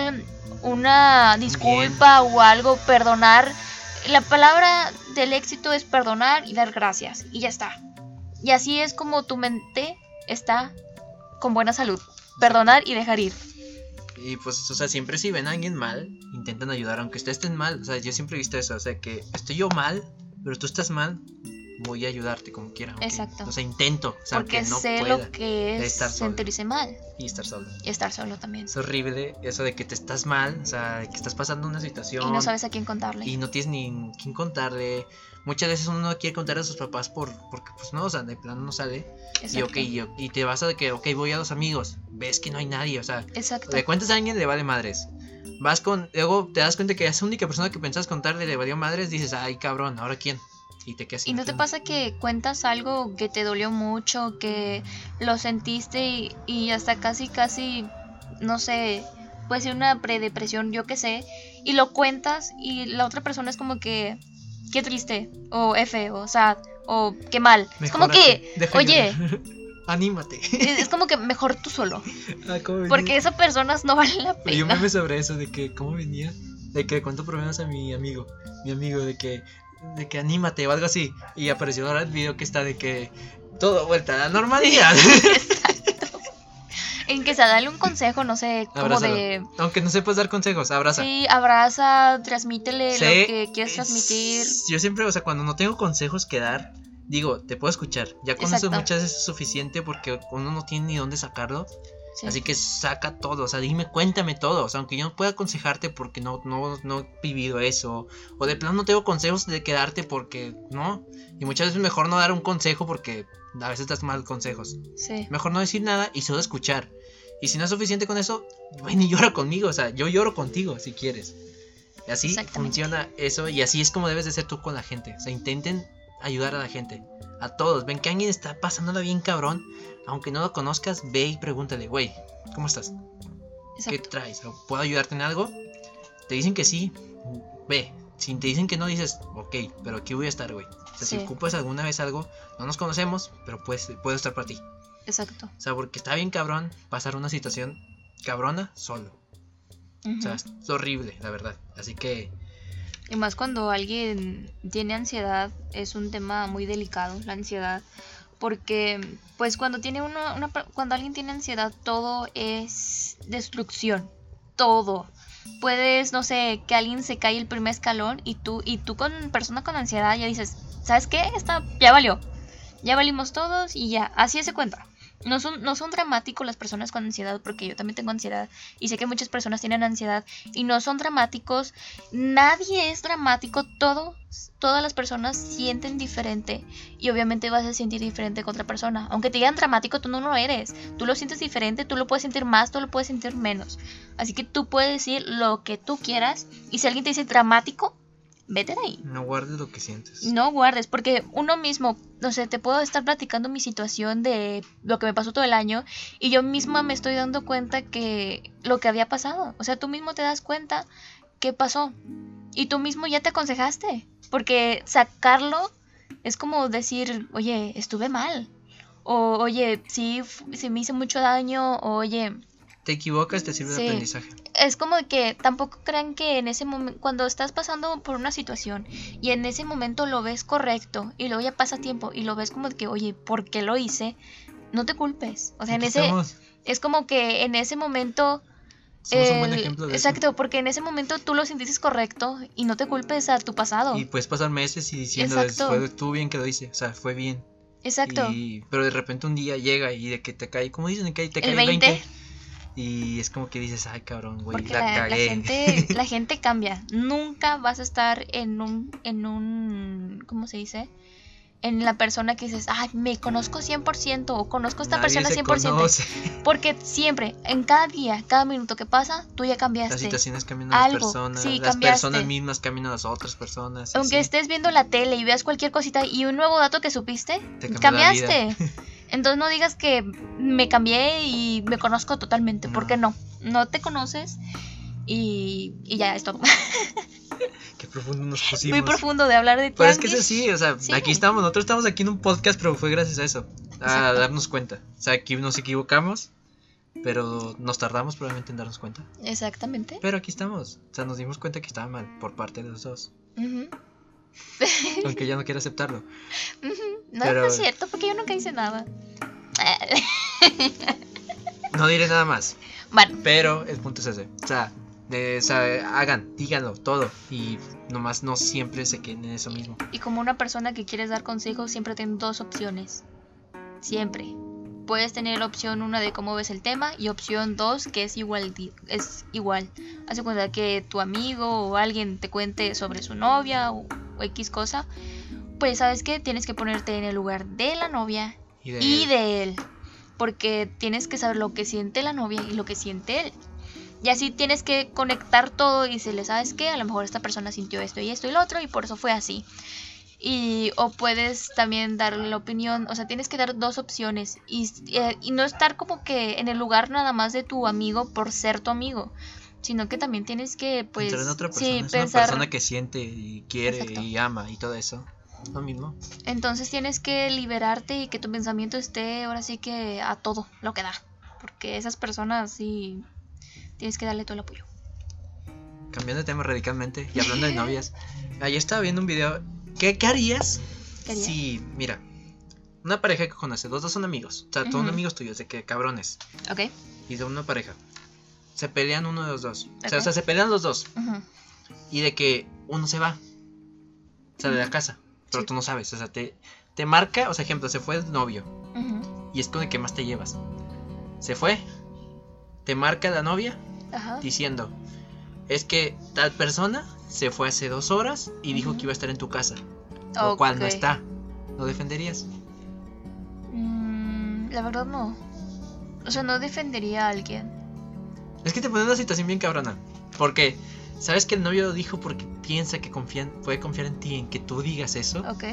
B: una disculpa o algo, perdonar. La palabra del éxito es perdonar y dar gracias y ya está. Y así es como tu mente está con buena salud. Perdonar y dejar ir.
A: Y pues, o sea, siempre si ven a alguien mal, intentan ayudar, aunque ustedes estén mal. O sea, yo siempre he visto eso, o sea, que estoy yo mal, pero tú estás mal, voy a ayudarte como quiera. aunque-
B: Exacto.
A: O sea, intento, o sea,
B: porque
A: que no
B: sé
A: pueda
B: lo que es
A: estar solo.
B: sentirse mal
A: y estar solo.
B: y estar solo también.
A: Es horrible eso de que te estás mal, o sea, de que estás pasando una
B: Y
A: situación
B: no sabes a quién contarle.
A: y no tienes ni quién contarle. Muchas veces uno no quiere contarle a sus papás por, porque, pues no, o sea, de plano no sale. Y,
B: Exacto.
A: ok, y, y te vas a de que, ok, voy a los amigos, ves que no hay nadie, o sea,
B: Exacto.
A: Le cuentas a alguien, le vale madres. Vas con. Luego te das cuenta que es la única persona que pensabas contarle le valió madres. Dices, ay cabrón, ¿ahora quién? Y te quedas
B: ¿Y
A: sin
B: no te
A: quién.
B: pasa que cuentas algo que te dolió mucho, que lo sentiste y, y hasta casi, casi, no sé, puede ser una predepresión, yo qué sé, y lo cuentas y la otra persona es como que, qué triste, o F, o sad, o qué mal. Es como que,
A: Mejórate, deja
B: oye.
A: llorar. Anímate.
B: es, es como que mejor tú solo,
A: Ah, ¿cómo venía?
B: porque esas personas no valen la
A: Pero Yo
B: pena.
A: me sobre eso, de que, ¿cómo venía? De que cuento problemas a mi amigo. Mi amigo, de que. De que anímate o algo así. Y apareció ahora el video que está de que. Todo vuelta a la normalidad.
B: En que se dale un consejo, no sé, como
A: Abrázalo.
B: de...
A: Aunque no sepas dar consejos, abraza.
B: Sí, abraza, transmítele lo
A: Sé-
B: que quieres transmitir.
A: es- Yo siempre, o sea, cuando no tengo consejos que dar, digo, te puedo escuchar. Ya con eso
B: Exacto.
A: muchas veces es suficiente porque uno no tiene ni dónde sacarlo.
B: Sí.
A: Así que saca todo, o sea, dime, cuéntame todo. O sea, aunque yo no pueda aconsejarte porque no, no, no he vivido eso. O de plano no tengo consejos de quedarte porque no. Y muchas veces mejor no dar un consejo porque a veces das mal consejos.
B: sí.
A: Mejor no decir nada y solo escuchar. Y si no es suficiente con eso, ven y llora conmigo. O sea, yo lloro contigo si quieres. Y así
B: Exactamente.
A: funciona eso. Y así es como debes de ser tú con la gente. O sea, intenten ayudar a la gente. A todos. Ven que alguien está pasándola bien cabrón. Aunque no lo conozcas, ve y pregúntale, güey, ¿cómo estás? ¿Qué
B: Exacto.
A: traes? ¿O ¿Puedo ayudarte en algo? Te dicen que sí, ve. Si te dicen que no, dices, ok, pero aquí voy a estar, güey. O sea, si
B: Sí.
A: ocupas alguna vez algo, no nos conocemos, pero pues, puedo estar para ti.
B: Exacto.
A: O sea, porque está bien cabrón pasar una situación cabrona solo. O sea,
B: Ujú.
A: es horrible, la verdad. Así que,
B: Y más cuando alguien tiene ansiedad, es un tema muy delicado, la ansiedad. Porque, pues, cuando, tiene uno, una per- cuando alguien tiene ansiedad, todo es destrucción. Todo. Puedes, no sé, que alguien se cae el primer escalón y tú, y tú con persona con ansiedad ya dices, ¿sabes qué? Esta ya valió. Ya valimos todos y ya. Así se cuenta. No son, no son dramáticos las personas con ansiedad, porque yo también tengo ansiedad y sé que muchas personas tienen ansiedad y no son dramáticos nadie es dramático, todo, todas las personas sienten diferente y obviamente vas a sentir diferente con otra persona. Aunque te digan dramático, tú no lo eres. Tú lo sientes diferente, tú lo puedes sentir más, tú lo puedes sentir menos. Así que tú puedes decir lo que tú quieras y si alguien te dice dramático, vete de ahí.
A: no guardes lo que sientes.
B: No guardes, porque uno mismo, no sé, te puedo estar platicando mi situación de lo que me pasó todo el año y yo misma me estoy dando cuenta que lo que había pasado, o sea, tú mismo te das cuenta qué pasó. Y tú mismo ya te aconsejaste. Porque sacarlo es como decir, oye, estuve mal. O, oye, sí, f- sí me hice mucho daño. O, oye,
A: Te equivocas, te sirve
B: Sí.
A: de aprendizaje.
B: es como que tampoco crean que en ese momento, cuando estás pasando por una situación y en ese momento lo ves correcto y luego ya pasa tiempo y lo ves como que, oye, ¿por qué lo hice? No te culpes. O sea, en
A: Aquí
B: ese,
A: estamos.
B: es como que en ese momento...
A: Somos un buen
B: el-
A: ejemplo de eso.
B: exacto, porque en ese momento tú lo sentiste correcto y no te culpes a tu pasado.
A: Y puedes pasar meses y diciendo,
B: Exacto.
A: fue tú bien que lo hice, o sea, fue bien.
B: exacto.
A: Y- pero de repente un día llega y de que te cae, como dicen? Que te
B: El
A: cae el 20.
B: 20.
A: Y es como que dices, ay cabrón, güey,
B: Porque
A: Pues, la,
B: la, la
A: cagué.
B: gente, la gente cambia. Nunca vas a estar en un, en un, ¿cómo se dice? En la persona que dices, ay, me conozco 100% o conozco a esta
A: Nadie se
B: persona 100%.
A: conoce.
B: Porque siempre, en cada día, cada minuto que pasa, tú ya
A: Las
B: cambiaste.
A: situaciones cambian a las
B: Algo,
A: personas,
B: sí,
A: las
B: cambiaste.
A: personas mismas cambian a las otras personas. y
B: Aunque
A: así.
B: estés viendo la tele y veas cualquier cosita y un nuevo dato que supiste,
A: Te cambió la vida.
B: cambiaste. Entonces no digas que me cambié y me conozco totalmente, porque no, no te conoces y, y ya es todo.
A: Qué profundo nos pusimos.
B: Muy profundo de hablar de
A: Pero es que es
B: tianguis.
A: así, o sea,
B: Sí.
A: aquí estamos, nosotros estamos aquí en un podcast, pero fue gracias a eso, a
B: Exacto.
A: darnos cuenta. O sea, aquí nos equivocamos, pero nos tardamos probablemente en darnos cuenta.
B: Exactamente.
A: Pero aquí estamos, o sea, nos dimos cuenta que estaba mal por parte de los dos,
B: Ujú.
A: aunque ya no quiero aceptarlo.
B: Ujú. No,
A: Pero-
B: no es cierto, porque yo nunca hice nada.
A: No diré nada más,
B: bueno,
A: pero el punto es ese, o sea, de- o sea, hagan, díganlo todo y nomás no siempre se queden en eso mismo.
B: y como una persona que quieres dar consejos, siempre tiene dos opciones. Siempre. Puedes tener opción una de cómo ves el tema y opción dos que es igual. di- Es igual. Hace cuenta que tu amigo o alguien te cuente sobre su novia o, o X cosa. Pues sabes que tienes que ponerte en el lugar de la novia
A: Y de,
B: y de él. Porque tienes que saber lo que siente la novia y lo que siente él. Y así tienes que conectar todo y decirle, ¿sabes qué? A lo mejor esta persona sintió esto y esto y lo otro y por eso fue así. Y, o puedes también darle la opinión, o sea, tienes que dar dos opciones y, eh, y no estar como que en el lugar nada más de tu amigo por ser tu amigo, sino que también tienes que, pues,
A: pensar en otra persona,
B: sí,
A: es una
B: pensar,
A: persona que siente y quiere
B: Exacto.
A: y ama y todo eso, lo mismo.
B: Entonces tienes que liberarte y que tu pensamiento esté ahora sí que a todo lo que da. Porque esas personas sí tienes que darle todo el apoyo.
A: Cambiando de tema radicalmente y hablando de novias, ayer estaba viendo un video. ¿Qué, qué harías
B: ¿Qué haría?
A: si, mira, una pareja que conoces, los dos son amigos, o sea, todos son
B: Ujú.
A: amigos tuyos, de que cabrones,
B: Ok.
A: y de una pareja, se pelean uno de los dos, o, sea, o
B: Ok.
A: sea, se pelean los dos,
B: Ujú.
A: y de que uno se va, o sea, de la casa, pero
B: Sí.
A: tú no sabes, o sea, te, te marca, o sea, ejemplo, se fue el novio,
B: Ujú.
A: y es con el que más te llevas, se fue, te marca la novia,
B: Ajá.
A: diciendo es que tal persona se fue hace dos horas y dijo
B: Ujú.
A: que iba a estar en tu casa, lo cual no
B: Ok.
A: está. ¿Lo defenderías?
B: Mm, la verdad no. O sea, no defendería a alguien.
A: Es que te pone en una situación bien cabrona, porque sabes que el novio lo dijo porque piensa que confía- puede confiar en ti, en que tú digas eso,
B: Ok.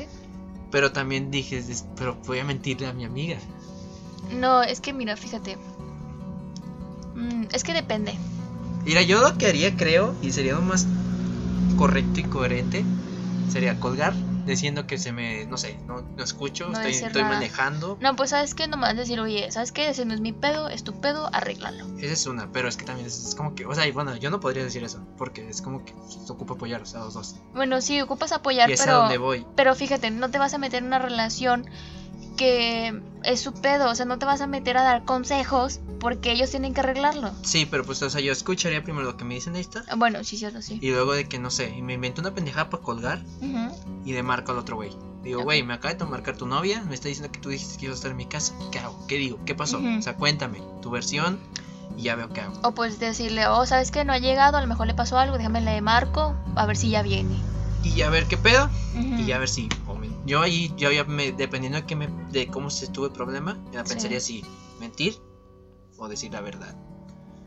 A: pero también dices, "Es- pero voy a mentirle a mi amiga.
B: No, es que mira, fíjate. Mm, es que depende.
A: Mira, yo lo que haría, creo, y sería lo más correcto y coherente, sería colgar diciendo que se me, no sé, no, no escucho,
B: No
A: estoy,
B: decir
A: estoy
B: nada.
A: manejando.
B: No, pues sabes que nomás decir, oye, ¿sabes qué? Ese no es mi pedo, es tu pedo, arréglalo.
A: Esa es una, pero es que también es, es como que, o sea, y bueno, yo no podría decir eso, porque es como que se ocupa apoyar, o sea, los dos.
B: Bueno, sí, ocupas apoyar,
A: y es
B: pero.
A: a donde voy.
B: Pero fíjate, no te vas a meter en una relación que es su pedo, o sea, no te vas a meter a dar consejos porque ellos tienen que arreglarlo.
A: Sí, pero pues, o sea, yo escucharía primero lo que me dicen esta,
B: Ah, Bueno, sí, cierto, sí.
A: y luego de que, no sé, y me invento una pendejada para colgar
B: Ujú.
A: y le marco al otro güey. Digo,
B: Ok.
A: güey, me acaba de marcar tu novia, me está diciendo que tú dijiste que ibas a estar en mi casa. ¿Qué hago? ¿Qué digo? ¿Qué pasó?
B: Ujú.
A: O sea, cuéntame tu versión y ya veo qué hago.
B: O pues decirle, oh, ¿sabes qué? No ha llegado, a lo mejor le pasó algo, déjame le marco, a ver si ya viene.
A: Y ya ver qué pedo,
B: Ujú.
A: y ya ver si. o me- yo ahí, yo ya me, dependiendo de, que me, de cómo se estuvo el problema, me la
B: Sí.
A: pensaría si mentir o decir la verdad.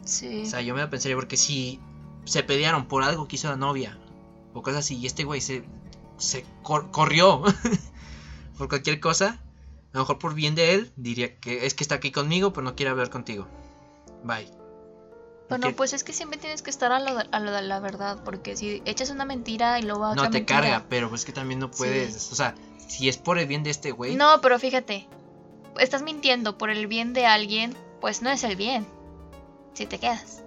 B: Sí.
A: O sea, yo me lo pensaría porque si se pelearon por algo que hizo la novia o cosas así y este güey se, se cor- corrió por cualquier cosa, a lo mejor por bien de él, diría que es que está aquí conmigo, pero no quiere hablar contigo. Bye.
B: Bueno,
A: Porque
B: pues es que siempre tienes que estar a lo, de- a lo de la verdad, porque si echas una mentira y luego a otra
A: no te
B: mentira-
A: carga, pero pues que también no puedes. O sea, si es por el bien de este güey.
B: No, pero fíjate, estás mintiendo por el bien de alguien, pues no es el bien. Si te quedas.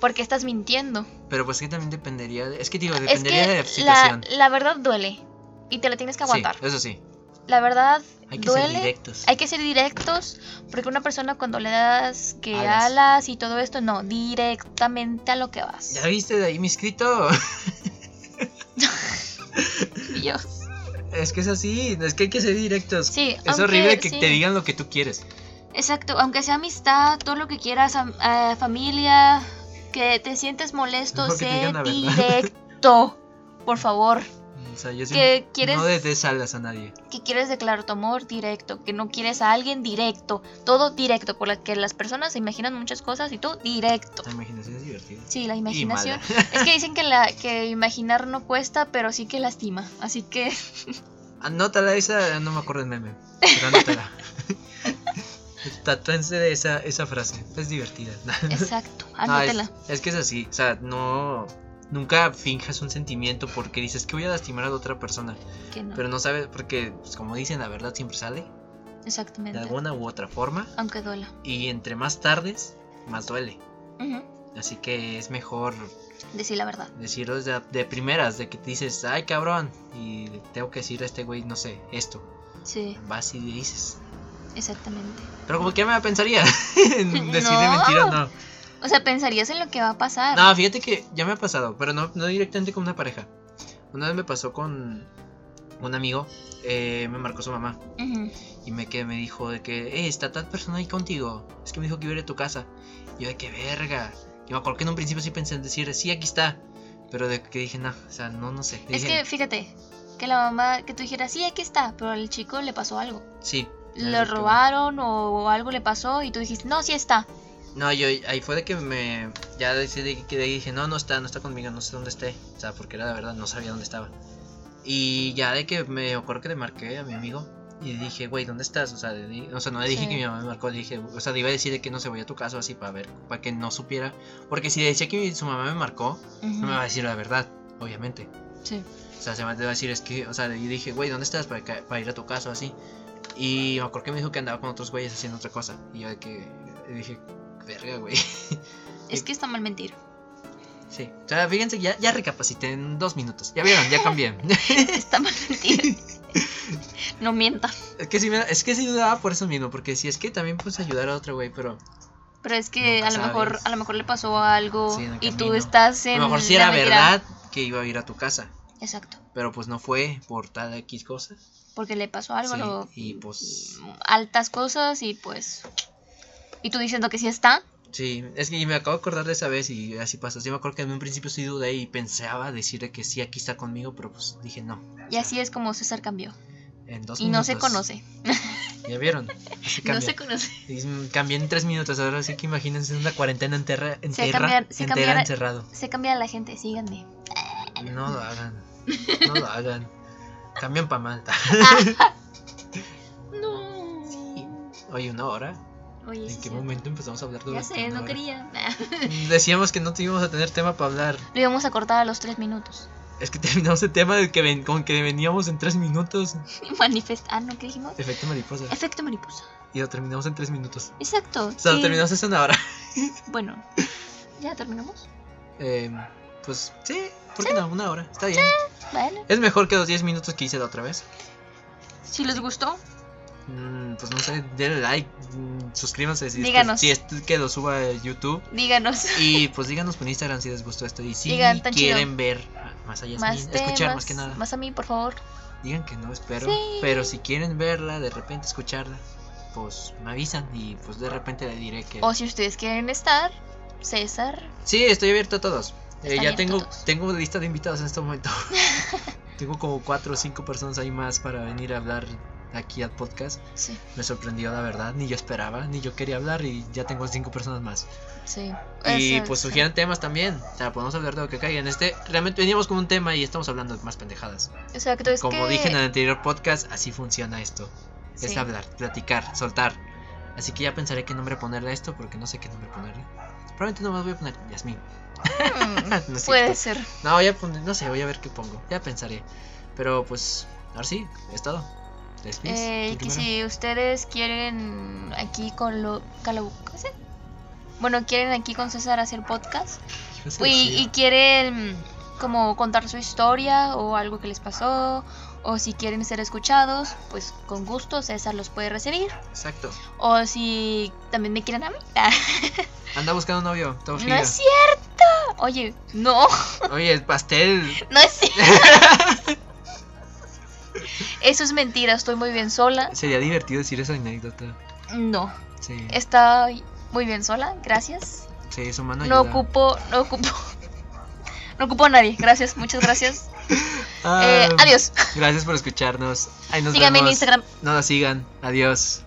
B: Porque estás mintiendo.
A: Pero pues que también dependería de. Es que digo,
B: Es
A: dependería de la
B: que la,
A: situación.
B: la verdad duele. Y te la tienes que
A: sí,
B: aguantar.
A: eso sí.
B: La verdad
A: Hay que ser
B: duele.
A: directos.
B: Hay que ser directos. Porque una persona cuando le das que
A: Alas.
B: alas, y todo esto, no, directamente a lo que vas.
A: ¿Ya viste de ahí mi escrito?
B: Y yo,
A: es que es así. Es que hay que ser directos.
B: Sí,
A: es
B: aunque-
A: horrible que
B: sí.
A: te digan lo que tú quieres.
B: Exacto, aunque sea amistad, todo lo que quieras, am- eh, familia, que te sientes molesto,
A: Mejor que te
B: sé
A: digan la verdad.
B: directo, por favor.
A: O sea, yo sí-
B: Que quieres,
A: no des des alas a nadie.
B: que quieres declarar tu amor directo, que no quieres a alguien directo, todo directo, por la que las personas se imaginan muchas cosas y tú directo.
A: La imaginación es divertida.
B: Sí, la
A: Y mala.
B: imaginación. Es que dicen que la que imaginar no cuesta, pero sí que lastima. Así que
A: Anótala esa, no me acuerdo el meme, pero anótala. Tatúense de esa, esa frase, es divertida.
B: exacto,
A: No, es-
B: anótela.
A: es, que es así, o sea, no... Nunca finjas un sentimiento porque dices que voy a lastimar a la otra persona,
B: que no.
A: pero no sabes, porque pues, como dicen, la verdad siempre sale, de
B: Exactamente.
A: alguna u otra forma,
B: Aunque duela.
A: y entre más tardes, más duele.
B: Ujú,
A: Así que es mejor
B: Decir la verdad.
A: decirlo de, de primeras, de que te dices, ay cabrón, y tengo que decirle a este güey, no sé, esto.
B: Sí,
A: Vas y le dices.
B: exactamente.
A: Pero como que me pensaría en decirle
B: No.
A: mentiras, no.
B: O sea, pensarías en lo que va a pasar.
A: No, fíjate que ya me ha pasado, pero no, no directamente con una pareja. Una vez me pasó con un amigo, eh, me marcó su mamá
B: Ujú.
A: y me, que me dijo de que, hey, está tal persona ahí contigo. Es que me dijo que iba a ir a tu casa. Y yo de que verga. Yo me acuerdo que en un principio sí pensé en decir, sí, aquí está. Pero de que dije, no, o sea, no, no sé.
B: Es
A: Dije,
B: que fíjate, que la mamá, que tú dijeras, sí, aquí está, pero al chico le pasó algo.
A: sí.
B: Le
A: Es lo que-
B: robaron o algo le pasó y tú dijiste, no, sí está.
A: No, yo ahí fue de que me. Ya decidí que de ahí dije, no, no está, no está conmigo, no sé dónde esté. O sea, porque era la verdad, no sabía dónde estaba. Y ya de que me acuerdo que le marqué a mi amigo y le dije, güey, ¿dónde estás? O sea, le di- o sea no le dije
B: Sí.
A: que mi mamá me marcó, le dije, o sea, le iba a decir de que no se voy a tu casa o así para ver, para que no supiera. Porque si le decía que mi- su mamá me marcó, no me va a decir la verdad, obviamente.
B: Sí.
A: O sea, se me va a decir, es que, o sea, y dije, güey, ¿dónde estás para, ca- para ir a tu casa o así? Y me acuerdo que me dijo que andaba con otros güeyes haciendo otra cosa. Y yo de que y dije, verga, güey.
B: Es que está mal mentir.
A: Sí. O sea, fíjense, ya, ya recapacité en dos minutos. Ya vieron, ya cambié.
B: Está mal mentir. no mienta.
A: es, que sí me, es que sí dudaba por eso mismo, porque si es que también puse ayudar a otro güey, pero
B: Pero es que
A: Nunca
B: a lo mejor,
A: sabes.
B: a lo mejor le pasó algo
A: Sí, en el
B: y tú
A: camino.
B: estás
A: a
B: en
A: lo mejor si
B: la
A: era
B: mentira.
A: verdad que iba a ir a tu casa.
B: Exacto.
A: Pero pues no fue por tal X cosa.
B: Porque le pasó algo,
A: Sí,
B: lo-
A: y pues.
B: altas cosas y pues. Y tú diciendo que sí está.
A: Sí, es que me acabo de acordar de esa vez y así pasó. Sí, me acuerdo que en un principio sí dudé y pensaba decirle que sí, aquí está conmigo, pero pues dije no.
B: Y así es como César cambió.
A: En dos
B: Y no se
A: minutos.
B: conoce.
A: ¿Ya vieron? Así
B: No
A: cambia.
B: se conoce.
A: Y, mm, Cambié en tres minutos, ahora sí que imagínense una cuarentena entera, entera,
B: cambiar- sí
A: entera
B: cambiar-
A: encerrado.
B: Se cambia la gente, síganme.
A: No lo hagan. No lo hagan. Cambian para mal.
B: No.
A: Oye, una hora.
B: Oye, sí
A: ¿En
B: es
A: qué
B: cierto.
A: momento empezamos a hablar de
B: Ya
A: una
B: sé, no
A: hora?
B: quería.
A: Decíamos que no te íbamos a tener tema para hablar.
B: Lo íbamos a cortar a los tres minutos.
A: Es que terminamos el tema del que ven- con que veníamos en tres minutos.
B: Manifest. Ah, ¿no? ¿Qué dijimos?
A: Efecto mariposa.
B: Efecto mariposa.
A: Y lo terminamos en tres minutos.
B: Exacto.
A: O sea, lo
B: sí.
A: terminamos eso en una hora.
B: Bueno, ya terminamos.
A: Eh, pues sí, ¿por qué no? Una hora. Está bien.
B: Vale.
A: Es mejor que los 10 minutos que hice la otra vez.
B: Si les gustó,
A: Mm, pues no sé, denle like, mm, suscríbanse si es, que,
B: Díganos.
A: si es que lo suba a YouTube.
B: díganos.
A: Y pues díganos por Instagram si les gustó esto. Y si
B: Digan, tan
A: quieren ver más allá,
B: Más
A: escuchar más
B: temas,
A: que nada.
B: Más a mí, por favor.
A: Digan que no, espero.
B: Sí.
A: Pero si quieren verla, de repente escucharla, pues me avisan y pues de repente le diré que...
B: O si ustedes quieren estar, César.
A: Sí, estoy abierto a todos. Eh,
B: Está
A: ya
B: abierto
A: tengo,
B: a todos.
A: tengo lista de invitados en este momento. tengo como cuatro o cinco personas ahí más para venir a hablar aquí al podcast.
B: Sí,
A: Me sorprendió la verdad, ni yo esperaba, ni yo quería hablar y ya tengo cinco personas más.
B: sí.
A: Y
B: Eso,
A: pues
B: sí.
A: sugieran temas también. O sea, podemos hablar de lo que caiga. En este, realmente veníamos con un tema y estamos hablando de más pendejadas.
B: Exacto, es
A: Como
B: que-
A: dije en el anterior podcast, así funciona esto.
B: sí.
A: Es hablar, platicar, soltar. Así que ya pensaré qué nombre ponerle a esto porque no sé qué nombre ponerle. Probablemente nomás voy a poner Yasmín.
B: Mm,
A: No es cierto.
B: Puede ser.
A: No, voy a poner, no sé, voy a ver qué pongo. Ya pensaré. Pero pues, ahora sí, es todo. ¿Te despides?
B: Eh,
A: ¿Tú
B: que
A: primero?
B: si ustedes quieren aquí con lo Calau- ¿cómo se llama? Bueno, quieren aquí con César hacer podcast
A: Hijos de
B: y,
A: chido.
B: y quieren como contar su historia o algo que les pasó o si quieren ser escuchados, pues con gusto César los puede recibir.
A: Exacto.
B: O si también me quieren a mí. Ah,
A: Anda buscando novio, todo
B: No
A: fría.
B: es cierto. Oye, no,
A: Oye, el pastel.
B: no es cierto. Eso es mentira, estoy muy bien sola.
A: Sería divertido decir esa anécdota.
B: No,
A: Sí.
B: está muy bien sola, gracias.
A: Sí, eso mano
B: No
A: ayuda.
B: ocupo, no ocupo. No ocupo a nadie. Gracias, muchas gracias.
A: Ah,
B: Eh, adiós.
A: Gracias por escucharnos. Ahí nos
B: Síganme en
A: vemos.
B: Instagram.
A: No nos sigan. Adiós.